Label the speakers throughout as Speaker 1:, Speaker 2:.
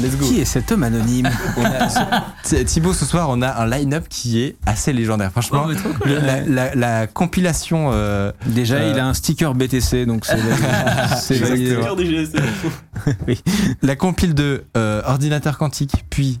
Speaker 1: Let's go.
Speaker 2: Qui est cet homme anonyme
Speaker 1: On a- Thi- Thibaut, ce soir, on a un line-up qui est assez légendaire. Franchement, le- la, la- la compilation. euh,
Speaker 2: Déjà,
Speaker 1: Euh.
Speaker 2: il a un sticker BTC, donc c'est c'est validé.
Speaker 1: Exactement. La compile de euh, Ordinateur Quantique, puis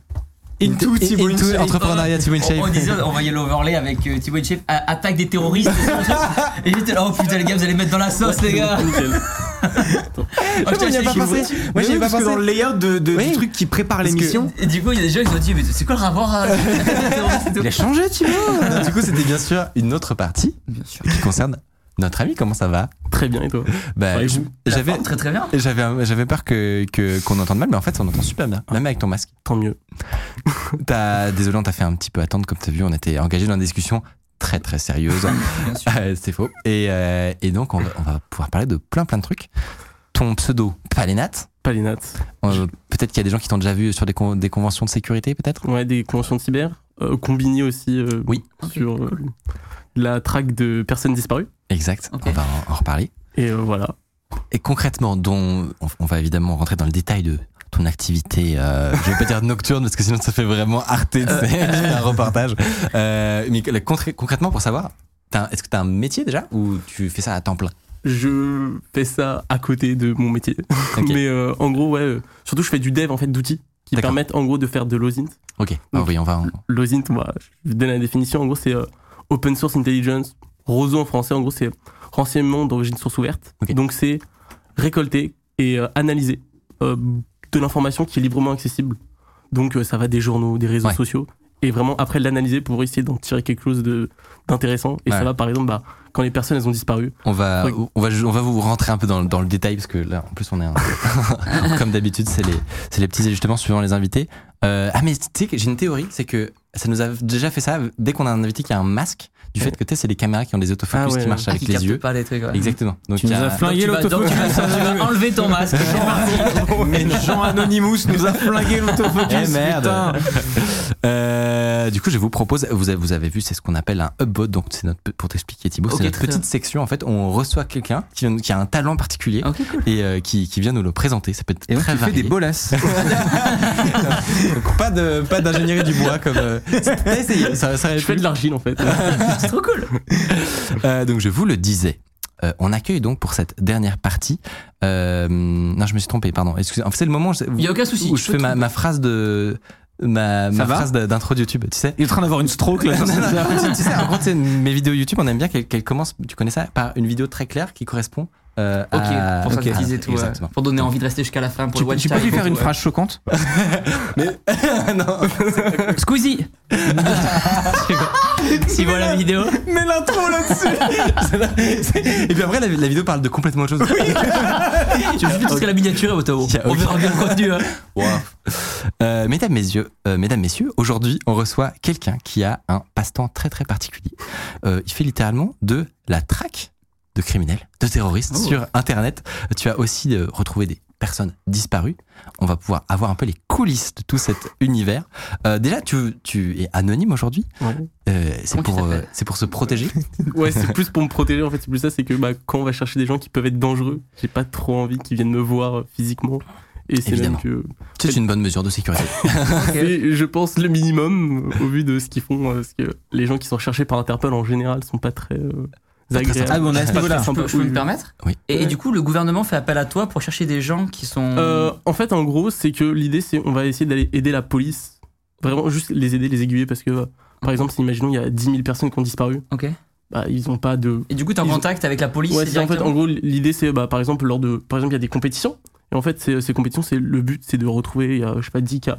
Speaker 2: Into Thibaut
Speaker 1: Into
Speaker 2: InShape.
Speaker 1: Entrepreneuriat Thibaut InShape.
Speaker 3: On, on disait, on voyait l'overlay avec euh, Thibaut Shape, attaque des terroristes. et j'étais là, oh putain, les gars, vous allez mettre dans la sauce, les gars. oh,
Speaker 1: Ah, on y a pas pensé. Moi, j'y ai pas
Speaker 4: parce que
Speaker 1: pensé.
Speaker 4: dans le layout de, de-
Speaker 1: Oui.
Speaker 4: du truc qui prépare
Speaker 1: Parce que-
Speaker 4: l'émission,
Speaker 3: Et du coup, il y a des gens qui se sont dit, mais c'est quoi le rapport à attaque des terroristes et tout
Speaker 2: Il a changé, Thibaut
Speaker 1: du coup, c'était bien sûr une autre partie qui concerne notre ami. Comment ça va
Speaker 4: très bien et toi
Speaker 1: Bah,
Speaker 4: Ouais,
Speaker 1: je-
Speaker 3: La
Speaker 1: j'avais.
Speaker 3: forme, Très très bien.
Speaker 1: J'avais, j'avais peur que, que- qu'on entende mal, mais en fait, on entend super bien, même avec ton masque.
Speaker 4: Tant mieux.
Speaker 1: T'as, désolé, on t'a fait un petit peu attendre, comme t'as vu, on était engagé dans une discussion très très sérieuse.
Speaker 3: Bien sûr.
Speaker 1: Euh, c'est faux. Et, euh, et donc, on va, on va pouvoir parler de plein plein de trucs. Ton pseudo, Palénat.
Speaker 4: Pas les nattes.
Speaker 1: Euh, peut-être qu'il y a des gens qui t'ont déjà vu sur des, con- des conventions de sécurité, peut-être
Speaker 4: Ouais, des conventions de cyber. Euh, Combini aussi euh,
Speaker 1: Oui.
Speaker 4: sur euh, la traque de personnes disparues.
Speaker 1: Exact,
Speaker 3: Ok.
Speaker 1: on va en, en reparler.
Speaker 4: Et euh, voilà.
Speaker 1: Et concrètement, dont, on, on va évidemment rentrer dans le détail de ton activité, euh, je vais pas dire nocturne parce que sinon ça fait vraiment arte, tu sais, un reportage. Euh, mais que- concré- concrètement, pour savoir, t'as un- est-ce que tu as un métier déjà ou tu fais ça à temps plein
Speaker 4: Je fais ça à côté de mon métier.
Speaker 1: Ok.
Speaker 4: Mais euh, en gros, ouais, euh, surtout je fais du dev en fait d'outils qui
Speaker 1: D'accord.
Speaker 4: permettent en gros de faire de l'OSINT.
Speaker 1: Ok, ah oui, on va. en-
Speaker 4: L'OSINT, moi, je vous donne la définition. En gros, c'est euh, Open Source Intelligence. ROSO en français, en gros, c'est renseignement d'origine source ouverte.
Speaker 1: Ok.
Speaker 4: Donc, c'est récolter et euh, analyser euh, de l'information qui est librement accessible. Donc, euh, ça va des journaux, des réseaux
Speaker 1: Ouais.
Speaker 4: sociaux. Et vraiment, après, l'analyser pour essayer d'en tirer quelque chose de- d'intéressant. Et
Speaker 1: Ouais.
Speaker 4: ça va, par exemple, bah, quand les personnes, elles ont disparu.
Speaker 1: On va,
Speaker 4: Oui.
Speaker 1: on va, on va vous rentrer un peu dans, dans le détail parce que là, en plus, on est un- comme d'habitude, c'est les, c'est les petits ajustements suivant les invités. Euh, ah mais tu sais que j'ai une théorie, c'est que ça nous a déjà fait ça dès qu'on a un invité qui a un masque, du fait que tu sais, c'est les caméras qui ont des autofocus
Speaker 4: Ah ouais,
Speaker 1: qui
Speaker 4: ouais.
Speaker 1: marchent
Speaker 3: Ah,
Speaker 1: avec
Speaker 3: qui
Speaker 1: les
Speaker 3: capte
Speaker 1: yeux.
Speaker 3: pas les trucs. ouais. Euh,
Speaker 1: Exactement. Donc
Speaker 2: Tu
Speaker 1: il y
Speaker 2: nous
Speaker 1: a-
Speaker 2: as
Speaker 3: Donc,
Speaker 2: flingué
Speaker 3: tu, vas, donc, tu,
Speaker 2: l'autofocus.
Speaker 3: vas, tu vas enlever ton masque.
Speaker 2: Jean Anonymous nous a flingué l'autofocus.
Speaker 1: Eh merde.
Speaker 2: putain.
Speaker 1: Euh, du coup, je vous propose, vous avez, vous avez vu, c'est ce qu'on appelle un upvote. Donc, c'est notre, pour t'expliquer, Thibaut,
Speaker 3: Ok,
Speaker 1: c'est notre
Speaker 3: très
Speaker 1: petite section. En fait, on reçoit quelqu'un qui, qui a un talent particulier
Speaker 3: Ok, cool.
Speaker 1: et euh, qui, qui vient nous le présenter. Ça peut être
Speaker 2: Et donc,
Speaker 1: très
Speaker 2: tu fais
Speaker 1: varié.
Speaker 2: des bolasses.
Speaker 1: Donc, pas de, pas d'ingénierie du bois comme. euh, T'as essayé, ça, ça aurait
Speaker 4: Je fais
Speaker 1: pu.
Speaker 4: de l'argile, en fait.
Speaker 3: C'est trop cool.
Speaker 1: Euh, donc je vous le disais. euh, on accueille donc pour cette dernière partie. euh, non, je me suis trompé, pardon. Excusez. En fait, c'est le moment où,
Speaker 3: Il y a aucun souci.
Speaker 1: où
Speaker 3: tu
Speaker 1: je
Speaker 3: peux
Speaker 1: fais
Speaker 3: te
Speaker 1: ma, ma phrase de ma, ma
Speaker 2: va
Speaker 1: phrase de- d'intro de YouTube. Tu sais.
Speaker 2: Il est en train d'avoir une stroke là.
Speaker 1: tu, tu sais, en gros, tu sais, mes vidéos YouTube, on aime bien qu'elles qu'elles commencent. Tu connais ça par une vidéo très claire qui correspond. euh,
Speaker 3: Ok,
Speaker 1: à-
Speaker 3: pour
Speaker 1: à-
Speaker 3: synthétiser tout, ouais.
Speaker 1: Exactement.
Speaker 3: pour donner envie de rester jusqu'à la fin pour
Speaker 2: Tu,
Speaker 3: le watch
Speaker 2: tu peux
Speaker 3: time
Speaker 2: lui
Speaker 3: et
Speaker 2: faire
Speaker 3: tout,
Speaker 2: une
Speaker 3: ouais.
Speaker 2: phrase choquante
Speaker 1: non.
Speaker 3: Squeezie Si voit la vidéo
Speaker 1: Mais l'intro là-dessus. Et puis après, la, la vidéo parle de complètement autre chose.
Speaker 3: Tu veux juste que la miniature est au tableau.
Speaker 1: Il y a
Speaker 3: On
Speaker 1: aucun-
Speaker 3: verra bien le contenu. hein.
Speaker 1: Euh, mesdames, messieurs, euh, mesdames, messieurs, aujourd'hui, on reçoit quelqu'un qui a un passe-temps très très particulier. Euh, il fait littéralement de la traque de criminels, de terroristes
Speaker 3: Oh.
Speaker 1: sur Internet. Tu as aussi euh, retrouvé des personnes disparues. On va pouvoir avoir un peu les coulisses de tout cet univers. Euh, déjà, tu, tu es anonyme aujourd'hui.
Speaker 4: Ouais.
Speaker 1: Euh, c'est
Speaker 3: Comment tu
Speaker 1: pour, euh,
Speaker 3: t'appelles
Speaker 1: c'est pour se protéger.
Speaker 4: Ouais, c'est plus pour me protéger en fait, c'est plus ça, c'est que bah, quand on va chercher des gens qui peuvent être dangereux, j'ai pas trop envie qu'ils viennent me voir euh, physiquement. Et c'est
Speaker 1: Évidemment.
Speaker 4: même que.
Speaker 1: C'est une bonne mesure de sécurité.
Speaker 4: C'est, je pense, le minimum euh, au vu de ce qu'ils font, euh, parce que les gens qui sont recherchés par Interpol en général sont pas très. euh,
Speaker 1: très
Speaker 4: agréables.
Speaker 1: sympas. Ah, mais on est à ce
Speaker 4: Pas très
Speaker 1: niveau-là.
Speaker 3: Je
Speaker 4: sympas,
Speaker 3: peux, je peux
Speaker 4: oui,
Speaker 3: me
Speaker 4: oui.
Speaker 3: permettre
Speaker 1: Oui.
Speaker 3: Et, et du coup, le gouvernement fait appel à toi pour chercher des gens qui sont.
Speaker 4: Euh, en fait, en gros, c'est que l'idée, c'est on va essayer d'aller aider la police. Vraiment, juste les aider, les aiguiller, parce que, euh, par exemple, si imaginons, il y a 10 000 personnes qui ont disparu,
Speaker 3: Ok.
Speaker 4: bah, ils ont pas de
Speaker 3: Et du coup, t'es en
Speaker 4: Ils ont-
Speaker 3: contact avec la police
Speaker 4: Ouais, c'est en fait,
Speaker 3: directement
Speaker 4: en gros, l'idée, c'est bah, par exemple, lors de. Par exemple, il y a des compétitions. Et en fait, c'est- ces compétitions, c'est le but, c'est de retrouver, il y a, je sais pas, 10 cas.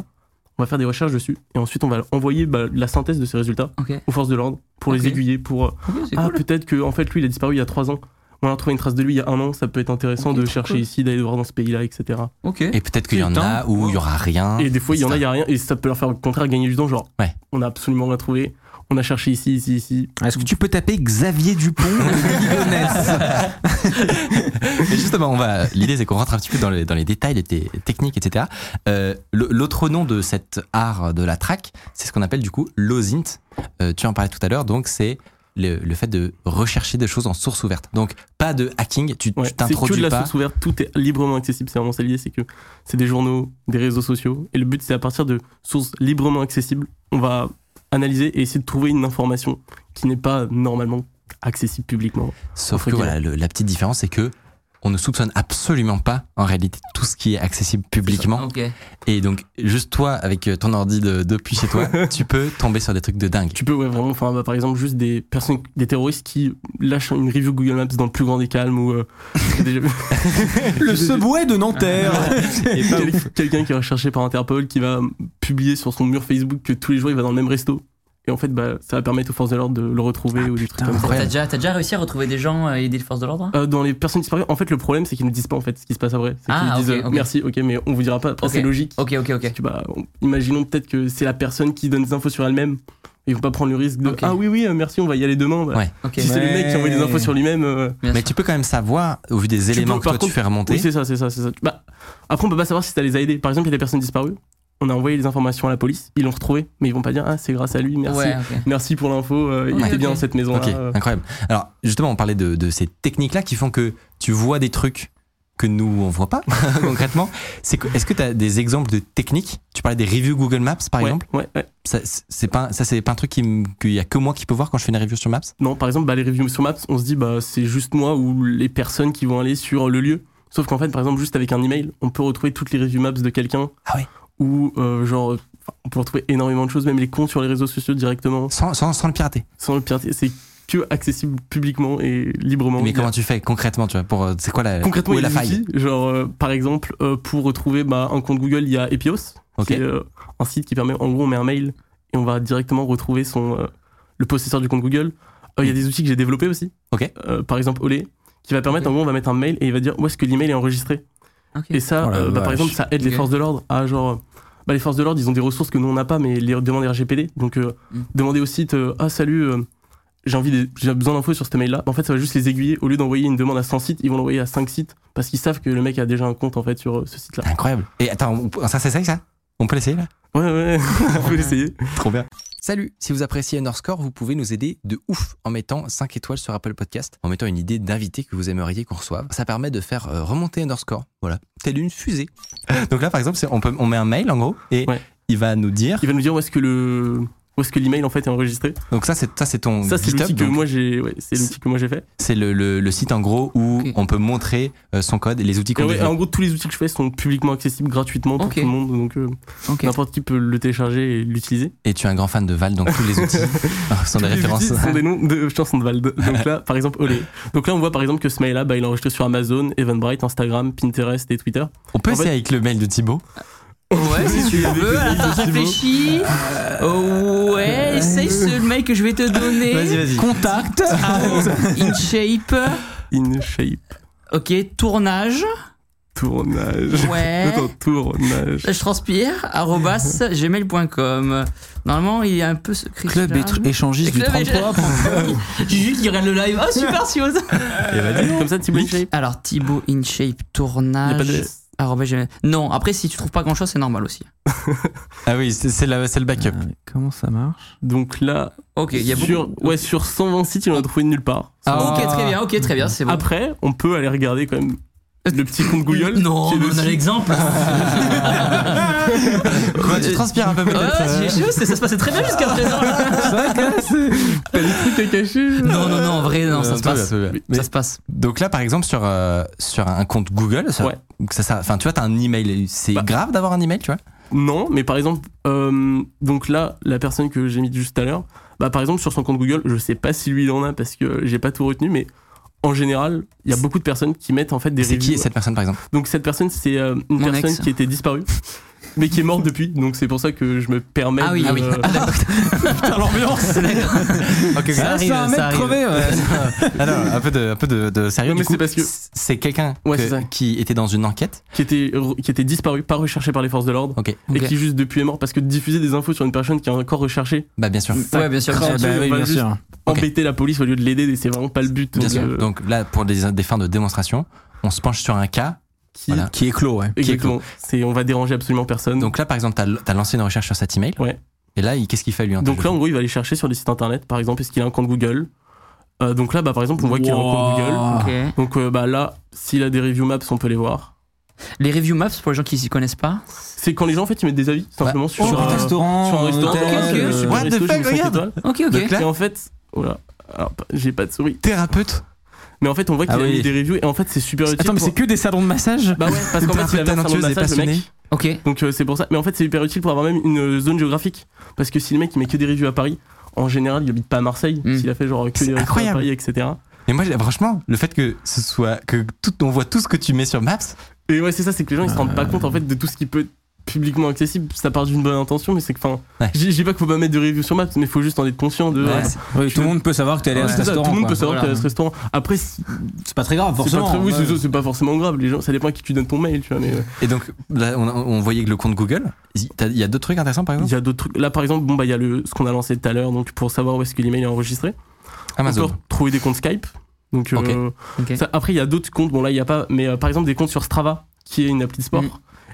Speaker 4: On va faire des recherches dessus. Et ensuite, on va envoyer bah, la synthèse de ces résultats
Speaker 3: Ok.
Speaker 4: aux forces de l'ordre pour
Speaker 3: Ok.
Speaker 4: les aiguiller. Pour. euh,
Speaker 3: Ok, c'est
Speaker 4: ah,
Speaker 3: cool.
Speaker 4: peut-être que, en fait, lui, il a disparu il y a 3 ans. on a retrouvé une trace de lui il y a un an, ça peut être intéressant
Speaker 3: Ok,
Speaker 4: de
Speaker 3: trop
Speaker 4: chercher
Speaker 3: cool.
Speaker 4: ici, d'aller voir dans ce pays-là, etc.
Speaker 3: Ok.
Speaker 1: Et peut-être qu'il y en
Speaker 3: Putain.
Speaker 1: a où il y aura rien.
Speaker 4: Et des fois, il y en a, il n'y a rien, et ça peut leur faire au contraire gagner du temps, genre,
Speaker 1: Ah, Ouais.
Speaker 4: on a absolument rien trouvé, on a cherché ici, ici, ici.
Speaker 2: Est-ce que tu peux taper Xavier Dupont de Ligonnès
Speaker 1: Mais justement, on va. L'idée, c'est qu'on rentre un petit peu dans les, dans les détails, les té- techniques, etc. Euh, le- L'autre nom de cet art de la track, c'est ce qu'on appelle du coup l'osint. Euh, tu en parlais tout à l'heure, donc c'est le, le fait de rechercher des choses en source ouverte. Donc pas de hacking, tu tu
Speaker 4: Ouais, c'est que de
Speaker 1: t'introduis
Speaker 4: la
Speaker 1: pas.
Speaker 4: source ouverte, tout est librement accessible. C'est vraiment ça l'idée, c'est que c'est des journaux, des réseaux sociaux. Et le but, c'est à partir de sources librement accessibles, on va analyser et essayer de trouver une information qui n'est pas normalement accessible publiquement.
Speaker 1: Sauf
Speaker 4: Entre
Speaker 1: que voilà, le- la petite différence, c'est que on ne soupçonne absolument pas en réalité tout ce qui est accessible publiquement.
Speaker 3: Ok.
Speaker 1: Et donc juste toi, avec euh, ton ordi de- depuis chez toi, tu peux tomber sur des trucs de dingue.
Speaker 4: Tu peux, ouais, vraiment, enfin, bah, par exemple, juste des personnes, des terroristes qui lâchent une review Google Maps dans le plus grand des calmes ou euh, j'ai déjà vu
Speaker 2: Le subway de Nanterre
Speaker 1: Et pas ouf.
Speaker 4: quelqu'un qui est recherché par Interpol qui va publier sur son mur Facebook que tous les jours il va dans le même resto. Et en fait, bah, ça va permettre aux forces de l'ordre de le retrouver
Speaker 3: Ah,
Speaker 4: ou des trucs comme ça.
Speaker 3: T'as déjà, t'as déjà réussi à retrouver des gens euh, et aider les forces de l'ordre
Speaker 4: Euh, dans les personnes disparues, en fait, le problème, c'est qu'ils ne disent pas en fait ce qui se passe après. C'est qu'ils
Speaker 3: Ah,
Speaker 4: disent
Speaker 3: ok,
Speaker 4: euh,
Speaker 3: ok.
Speaker 4: merci, ok, mais on vous dira pas. Après,
Speaker 3: Ok,
Speaker 4: c'est logique.
Speaker 3: Ok, ok, ok.
Speaker 4: Parce que, bah, on- imaginons peut-être que c'est la personne qui donne des infos sur elle-même. Ils vont pas prendre le risque de
Speaker 3: Ok.
Speaker 4: ah oui, oui, euh, merci, on va y aller demain. Bah,
Speaker 1: Ouais.
Speaker 3: Ok.
Speaker 4: Si c'est le mec qui envoie des infos sur lui-même. euh,
Speaker 3: Bien
Speaker 1: Mais
Speaker 3: sûr.
Speaker 1: tu peux quand même savoir, au vu des
Speaker 4: Tu
Speaker 1: éléments
Speaker 4: peux,
Speaker 1: que
Speaker 4: par
Speaker 1: toi tu
Speaker 4: contre-
Speaker 1: fais remonter,
Speaker 4: Oui, c'est ça, c'est ça, c'est ça. Bah, après, on peut pas savoir si ça les a aidés. Par exemple, il y a des personnes disparues. On a envoyé les informations à la police. Ils l'ont retrouvé, mais ils vont pas dire ah c'est grâce à lui, merci,
Speaker 3: Ouais, ok.
Speaker 4: merci pour l'info. euh, il
Speaker 3: Ouais,
Speaker 4: était bien
Speaker 3: ok.
Speaker 4: dans cette Euh, maison là.
Speaker 1: Ok, incroyable. Alors, justement, on parlait de, de ces techniques-là qui font que tu vois des trucs que nous, on voit pas, concrètement. C'est que- Est-ce que tu as des exemples de techniques Tu parlais des reviews Google Maps, par
Speaker 4: ouais,
Speaker 1: exemple.
Speaker 4: ouais, ouais.
Speaker 1: Ça, c'est pas, ça, c'est pas un truc qui me- qu'il y a que moi qui peux voir quand je fais une review sur Maps.
Speaker 4: Non, par exemple, bah, les reviews sur Maps, on se dit, bah, c'est juste moi ou les personnes qui vont aller sur le lieu. Sauf qu'en fait, par exemple, juste avec un email, on peut retrouver toutes les reviews Maps de quelqu'un.
Speaker 1: Ah ouais.
Speaker 4: Ou, euh, genre, enfin, on peut retrouver énormément de choses, même les comptes sur les réseaux sociaux directement,
Speaker 1: Sans, sans, sans le pirater.
Speaker 4: sans le pirater. C'est que accessible publiquement et librement.
Speaker 1: Mais comment tu fais concrètement, tu vois pour, euh, C'est quoi la,
Speaker 4: Concrètement,
Speaker 1: où est
Speaker 4: il y a
Speaker 1: la
Speaker 4: des
Speaker 1: faille
Speaker 4: outils, genre, euh, par exemple, euh, pour retrouver bah, un compte Google, il y a Epios,
Speaker 1: Ok.
Speaker 4: qui est euh, un site qui permet, en gros, on met un mail et on va directement retrouver son, euh, le possesseur du compte Google. Euh, Il y a des outils que j'ai développés aussi.
Speaker 1: Mm. Ok.
Speaker 4: Euh, par exemple, Olé, qui va permettre,
Speaker 3: Ok.
Speaker 4: en gros, on va mettre un mail et il va dire où est-ce que l'email est enregistré.
Speaker 3: Ok.
Speaker 4: Et ça,
Speaker 2: Oh la
Speaker 4: euh, bah, par
Speaker 2: vache.
Speaker 4: exemple, ça aide
Speaker 3: Ok.
Speaker 4: les forces de l'ordre à, genre, bah, les forces de l'ordre, ils ont des ressources que nous, on n'a pas, mais les demandes RGPD. Donc, euh,
Speaker 3: Mm.
Speaker 4: demander au site, euh, ah, salut, euh, j'ai envie de- j'ai besoin d'infos sur ce mail là en fait ça va juste les aiguiller au lieu d'envoyer une demande à 100 sites ils vont l'envoyer à 5 sites parce qu'ils savent que le mec a déjà un compte en fait sur euh, ce site là
Speaker 1: Incroyable. Et attends, on peut- ça s'essaye ça On peut l'essayer là
Speaker 4: ouais ouais on peut l'essayer
Speaker 1: Trop bien. Salut, si vous appréciez Underscore, vous pouvez nous aider de ouf en mettant 5 étoiles sur Apple Podcast, en mettant une idée d'invité que vous aimeriez qu'on reçoive. Ça permet de faire euh, remonter Underscore, voilà, telle une fusée. Donc là, par exemple, c'est- on, peut, on met un mail en gros, et
Speaker 4: Ouais.
Speaker 1: il va nous dire.
Speaker 4: il va nous dire où est-ce que le où est-ce que l'email en fait est enregistré
Speaker 1: Donc ça, c'est ça, c'est ton
Speaker 4: ça c'est
Speaker 1: GitHub,
Speaker 4: l'outil que
Speaker 1: donc
Speaker 4: moi j'ai ouais, c'est l'outil que moi j'ai fait
Speaker 1: c'est le, le- le site en gros où
Speaker 3: Ok.
Speaker 1: on peut montrer euh, son code et les outils
Speaker 4: Et
Speaker 1: qu'on
Speaker 4: ouais,
Speaker 1: développe.
Speaker 4: en gros tous les outils que je fais sont publiquement accessibles gratuitement pour
Speaker 3: Ok.
Speaker 4: tout le monde donc euh,
Speaker 3: Ok.
Speaker 4: n'importe qui peut le télécharger et l'utiliser
Speaker 1: Et tu es un grand fan de Val, donc tous les outils sont des
Speaker 4: Tous les
Speaker 1: références.
Speaker 4: outils sont des noms de chansons de Vald. Donc là, par exemple, Olé. Donc là, on voit par exemple que ce mail-là, bah, il est enregistré sur Amazon, Eventbrite, Instagram, Pinterest et Twitter.
Speaker 1: On peut
Speaker 4: En
Speaker 1: essayer
Speaker 4: fait-
Speaker 1: avec le mail de Thibaut.
Speaker 3: Ouais, si tu veux. Attends, réfléchis.
Speaker 4: Euh,
Speaker 3: Oh, ouais, essaye ce mail que je vais te donner.
Speaker 1: vas-y.
Speaker 3: Contact. In shape.
Speaker 4: In shape.
Speaker 3: Ok, tournage.
Speaker 4: Tournage.
Speaker 3: Ouais. Euh,
Speaker 4: Attends, tournage.
Speaker 3: Je transpire. Arrobas gmail.com. Normalement, il est un peu secret.
Speaker 2: Club
Speaker 3: celui-là.
Speaker 2: étr- échangiste du
Speaker 3: Club
Speaker 2: 33.
Speaker 3: Juju qui regarde le live. Oh, super, chose.
Speaker 1: Et vas-y.
Speaker 4: Comme ça, Thibaut InShape.
Speaker 3: Alors, Thibaut InShape,
Speaker 4: Y a pas
Speaker 3: tournage.
Speaker 4: de-
Speaker 3: arobase gmail. Non, après, si tu trouves pas grand chose, c'est normal aussi.
Speaker 1: Ah oui, c'est c'est la- c'est le backup.
Speaker 2: Euh, Comment ça marche
Speaker 4: Donc là,
Speaker 3: Ok, il y a
Speaker 4: sur,
Speaker 3: beaucoup. Ah,
Speaker 4: ouais, sur 120 sites, il en a trouvé nulle part.
Speaker 3: Ok, très bien, ok, très bien, c'est bon.
Speaker 4: Après, on peut aller regarder quand même le petit compte Google.
Speaker 3: Non,
Speaker 4: qui est
Speaker 3: mais on a
Speaker 4: dessus. Ah.
Speaker 3: l'exemple.
Speaker 1: Quoi, tu transpires un peu
Speaker 3: Ouais,
Speaker 1: peut-être euh,
Speaker 3: j'ai chaud, c'est- ça se passait très bien jusqu'à présent.
Speaker 4: T'as des trucs à cacher.
Speaker 3: Non, non, non, en vrai, non, ça
Speaker 1: Euh,
Speaker 3: se
Speaker 1: tout va
Speaker 3: passe.
Speaker 1: bien, tout va bien. Mais-
Speaker 3: Ça se passe.
Speaker 1: donc là, par exemple, sur, euh, sur un compte Google, ça,
Speaker 4: Ouais.
Speaker 1: ça, ça- enfin, tu vois, t'as un email. C'est
Speaker 4: Bah.
Speaker 1: grave d'avoir un email, tu vois.
Speaker 4: Non, mais par exemple, euh, donc là, la personne que j'ai mise juste à l'heure, bah par exemple sur son compte Google, je sais pas si lui il en a parce que j'ai pas tout retenu, mais en général, il y a beaucoup de personnes qui mettent en fait des
Speaker 1: C'est qui
Speaker 4: reviews.
Speaker 1: cette personne, par exemple
Speaker 4: Donc cette personne, c'est euh, une
Speaker 3: Mon
Speaker 4: personne
Speaker 3: ex.
Speaker 4: qui était disparue, mais qui est morte depuis. Donc c'est pour ça que je me permets.
Speaker 3: Ah oui,
Speaker 4: de-
Speaker 3: ah oui.
Speaker 4: euh, Putain, l'ambiance.
Speaker 1: Ok, ok.
Speaker 3: Ça,
Speaker 2: Ah, c'est un mec crevé. ouais.
Speaker 1: Ah non, un peu de, un peu de, de sérieux.
Speaker 4: Non, mais
Speaker 1: du coup,
Speaker 4: c'est parce que-
Speaker 1: c'est quelqu'un
Speaker 4: Ouais,
Speaker 1: que-
Speaker 4: c'est ça.
Speaker 1: qui était dans une enquête.
Speaker 4: qui était qui était disparu, pas recherché par les forces de l'ordre.
Speaker 1: Ok.
Speaker 4: Et qui juste depuis est mort parce que diffuser des infos sur une personne qui est encore recherchée
Speaker 1: Bah bien sûr.
Speaker 3: Ouais, bien sûr.
Speaker 4: Grave.
Speaker 3: bien
Speaker 2: Ah,
Speaker 3: sûr.
Speaker 2: bah oui,
Speaker 4: Bah,
Speaker 2: bien
Speaker 4: juste-
Speaker 2: sûr.
Speaker 1: Ok.
Speaker 4: embêter la police au lieu de l'aider, et c'est vraiment pas le but.
Speaker 1: Bien
Speaker 4: Donc,
Speaker 1: sûr.
Speaker 4: euh,
Speaker 1: Donc là, pour des, des fins de démonstration, on se penche sur un cas.
Speaker 4: qui,
Speaker 1: Voilà.
Speaker 2: Qui est clos, ouais.
Speaker 4: exactement. C'est on va déranger absolument personne. Donc,
Speaker 1: Donc là, par exemple, t'as as lancé une recherche sur cet email.
Speaker 4: Ouais.
Speaker 1: Et là, il- qu'est-ce qu'il fait lui en
Speaker 4: là, en gros, il va aller chercher sur des sites internet, par exemple, est-ce qu'il a un compte Google Euh, Donc là, bah, par exemple, on voit qu'il a un compte
Speaker 2: Wow.
Speaker 4: Google.
Speaker 3: Ok.
Speaker 4: Donc euh, bah, là, s'il a des review maps, on peut les voir.
Speaker 3: Les review maps, pour les gens qui s'y connaissent pas.
Speaker 4: C'est quand les gens en fait ils mettent des avis simplement sur,
Speaker 2: Sur
Speaker 4: un-
Speaker 2: un restaurant,
Speaker 4: sur un restaurant.
Speaker 2: hôtel,
Speaker 3: ok, ok.
Speaker 4: euh,
Speaker 2: euh,
Speaker 4: super
Speaker 1: What the
Speaker 4: resto,
Speaker 1: fuck,
Speaker 4: j'ai mis cinq
Speaker 1: regarde.
Speaker 4: étoiles.
Speaker 3: Ok, ok.
Speaker 4: Et en fait, voilà. Alors, j'ai pas de souris.
Speaker 1: Thérapeute.
Speaker 4: Mais en fait, on voit qu'il
Speaker 2: Ah
Speaker 4: a
Speaker 2: oui.
Speaker 4: mis des reviews et en fait, c'est super utile.
Speaker 2: Attends, mais
Speaker 4: pour-
Speaker 2: c'est que des salons de massage
Speaker 4: Bah ouais, parce qu'en fait, il
Speaker 1: Thérapeute
Speaker 4: avait un salon de
Speaker 1: talentueuse et
Speaker 4: massage, le mec.
Speaker 1: passionnée.
Speaker 3: Ok.
Speaker 4: Donc euh, c'est pour ça. Mais en fait, c'est hyper utile pour avoir même une euh, zone géographique. Parce que si le mec il met que des reviews à Paris, en général, il habite pas à Marseille.
Speaker 3: Mm.
Speaker 4: S'il a fait genre euh, que
Speaker 1: C'est
Speaker 4: des reviews à
Speaker 1: incroyable.
Speaker 4: Paris, etc.
Speaker 1: Et moi, j'ai- franchement, le fait que ce soit que tout, on voit tout ce que tu mets sur Maps.
Speaker 4: Et ouais, c'est ça, c'est que les gens ils se rendent pas compte en fait de tout ce qui peut être publiquement accessible. Ça part d'une bonne intention, mais c'est que enfin,
Speaker 1: Ouais.
Speaker 4: j'ai j'ai pas qu'il faut pas mettre de reviews sur Maps, mais faut juste en être conscient de.
Speaker 3: Ouais.
Speaker 2: Oui, tout le monde peut savoir que t'es allé
Speaker 4: Ouais,
Speaker 2: à ce
Speaker 4: c'est ça, tout
Speaker 2: restaurant.
Speaker 4: le monde
Speaker 2: quoi.
Speaker 4: peut savoir
Speaker 2: Voilà.
Speaker 4: qu'il y a ce restaurant. Après, c'est
Speaker 2: C'est pas très grave,
Speaker 4: c'est pas,
Speaker 2: forcément. hein.
Speaker 4: très- oui,
Speaker 2: Ouais.
Speaker 4: c'est- c'est pas forcément grave. Les gens, ça dépend à qui tu donnes ton mail, tu vois. Mais euh,
Speaker 1: Et donc là, on, on voyait que le compte Google. Il t'as- il y a deux trucs intéressants par
Speaker 4: il
Speaker 1: exemple.
Speaker 4: y a d'autres trucs. Là, par exemple, bon bah il y a le ce qu'on a lancé tout à l'heure, donc pour savoir où est-ce que l'email est enregistré.
Speaker 1: Amazon.
Speaker 4: encore trouver des comptes Skype. Donc, euh,
Speaker 1: Ok.
Speaker 3: Ok.
Speaker 4: ça- après, il y a d'autres comptes. Bon, là, il n'y a pas, mais euh, par exemple, des comptes sur Strava, qui est une appli de sport.
Speaker 3: Mm.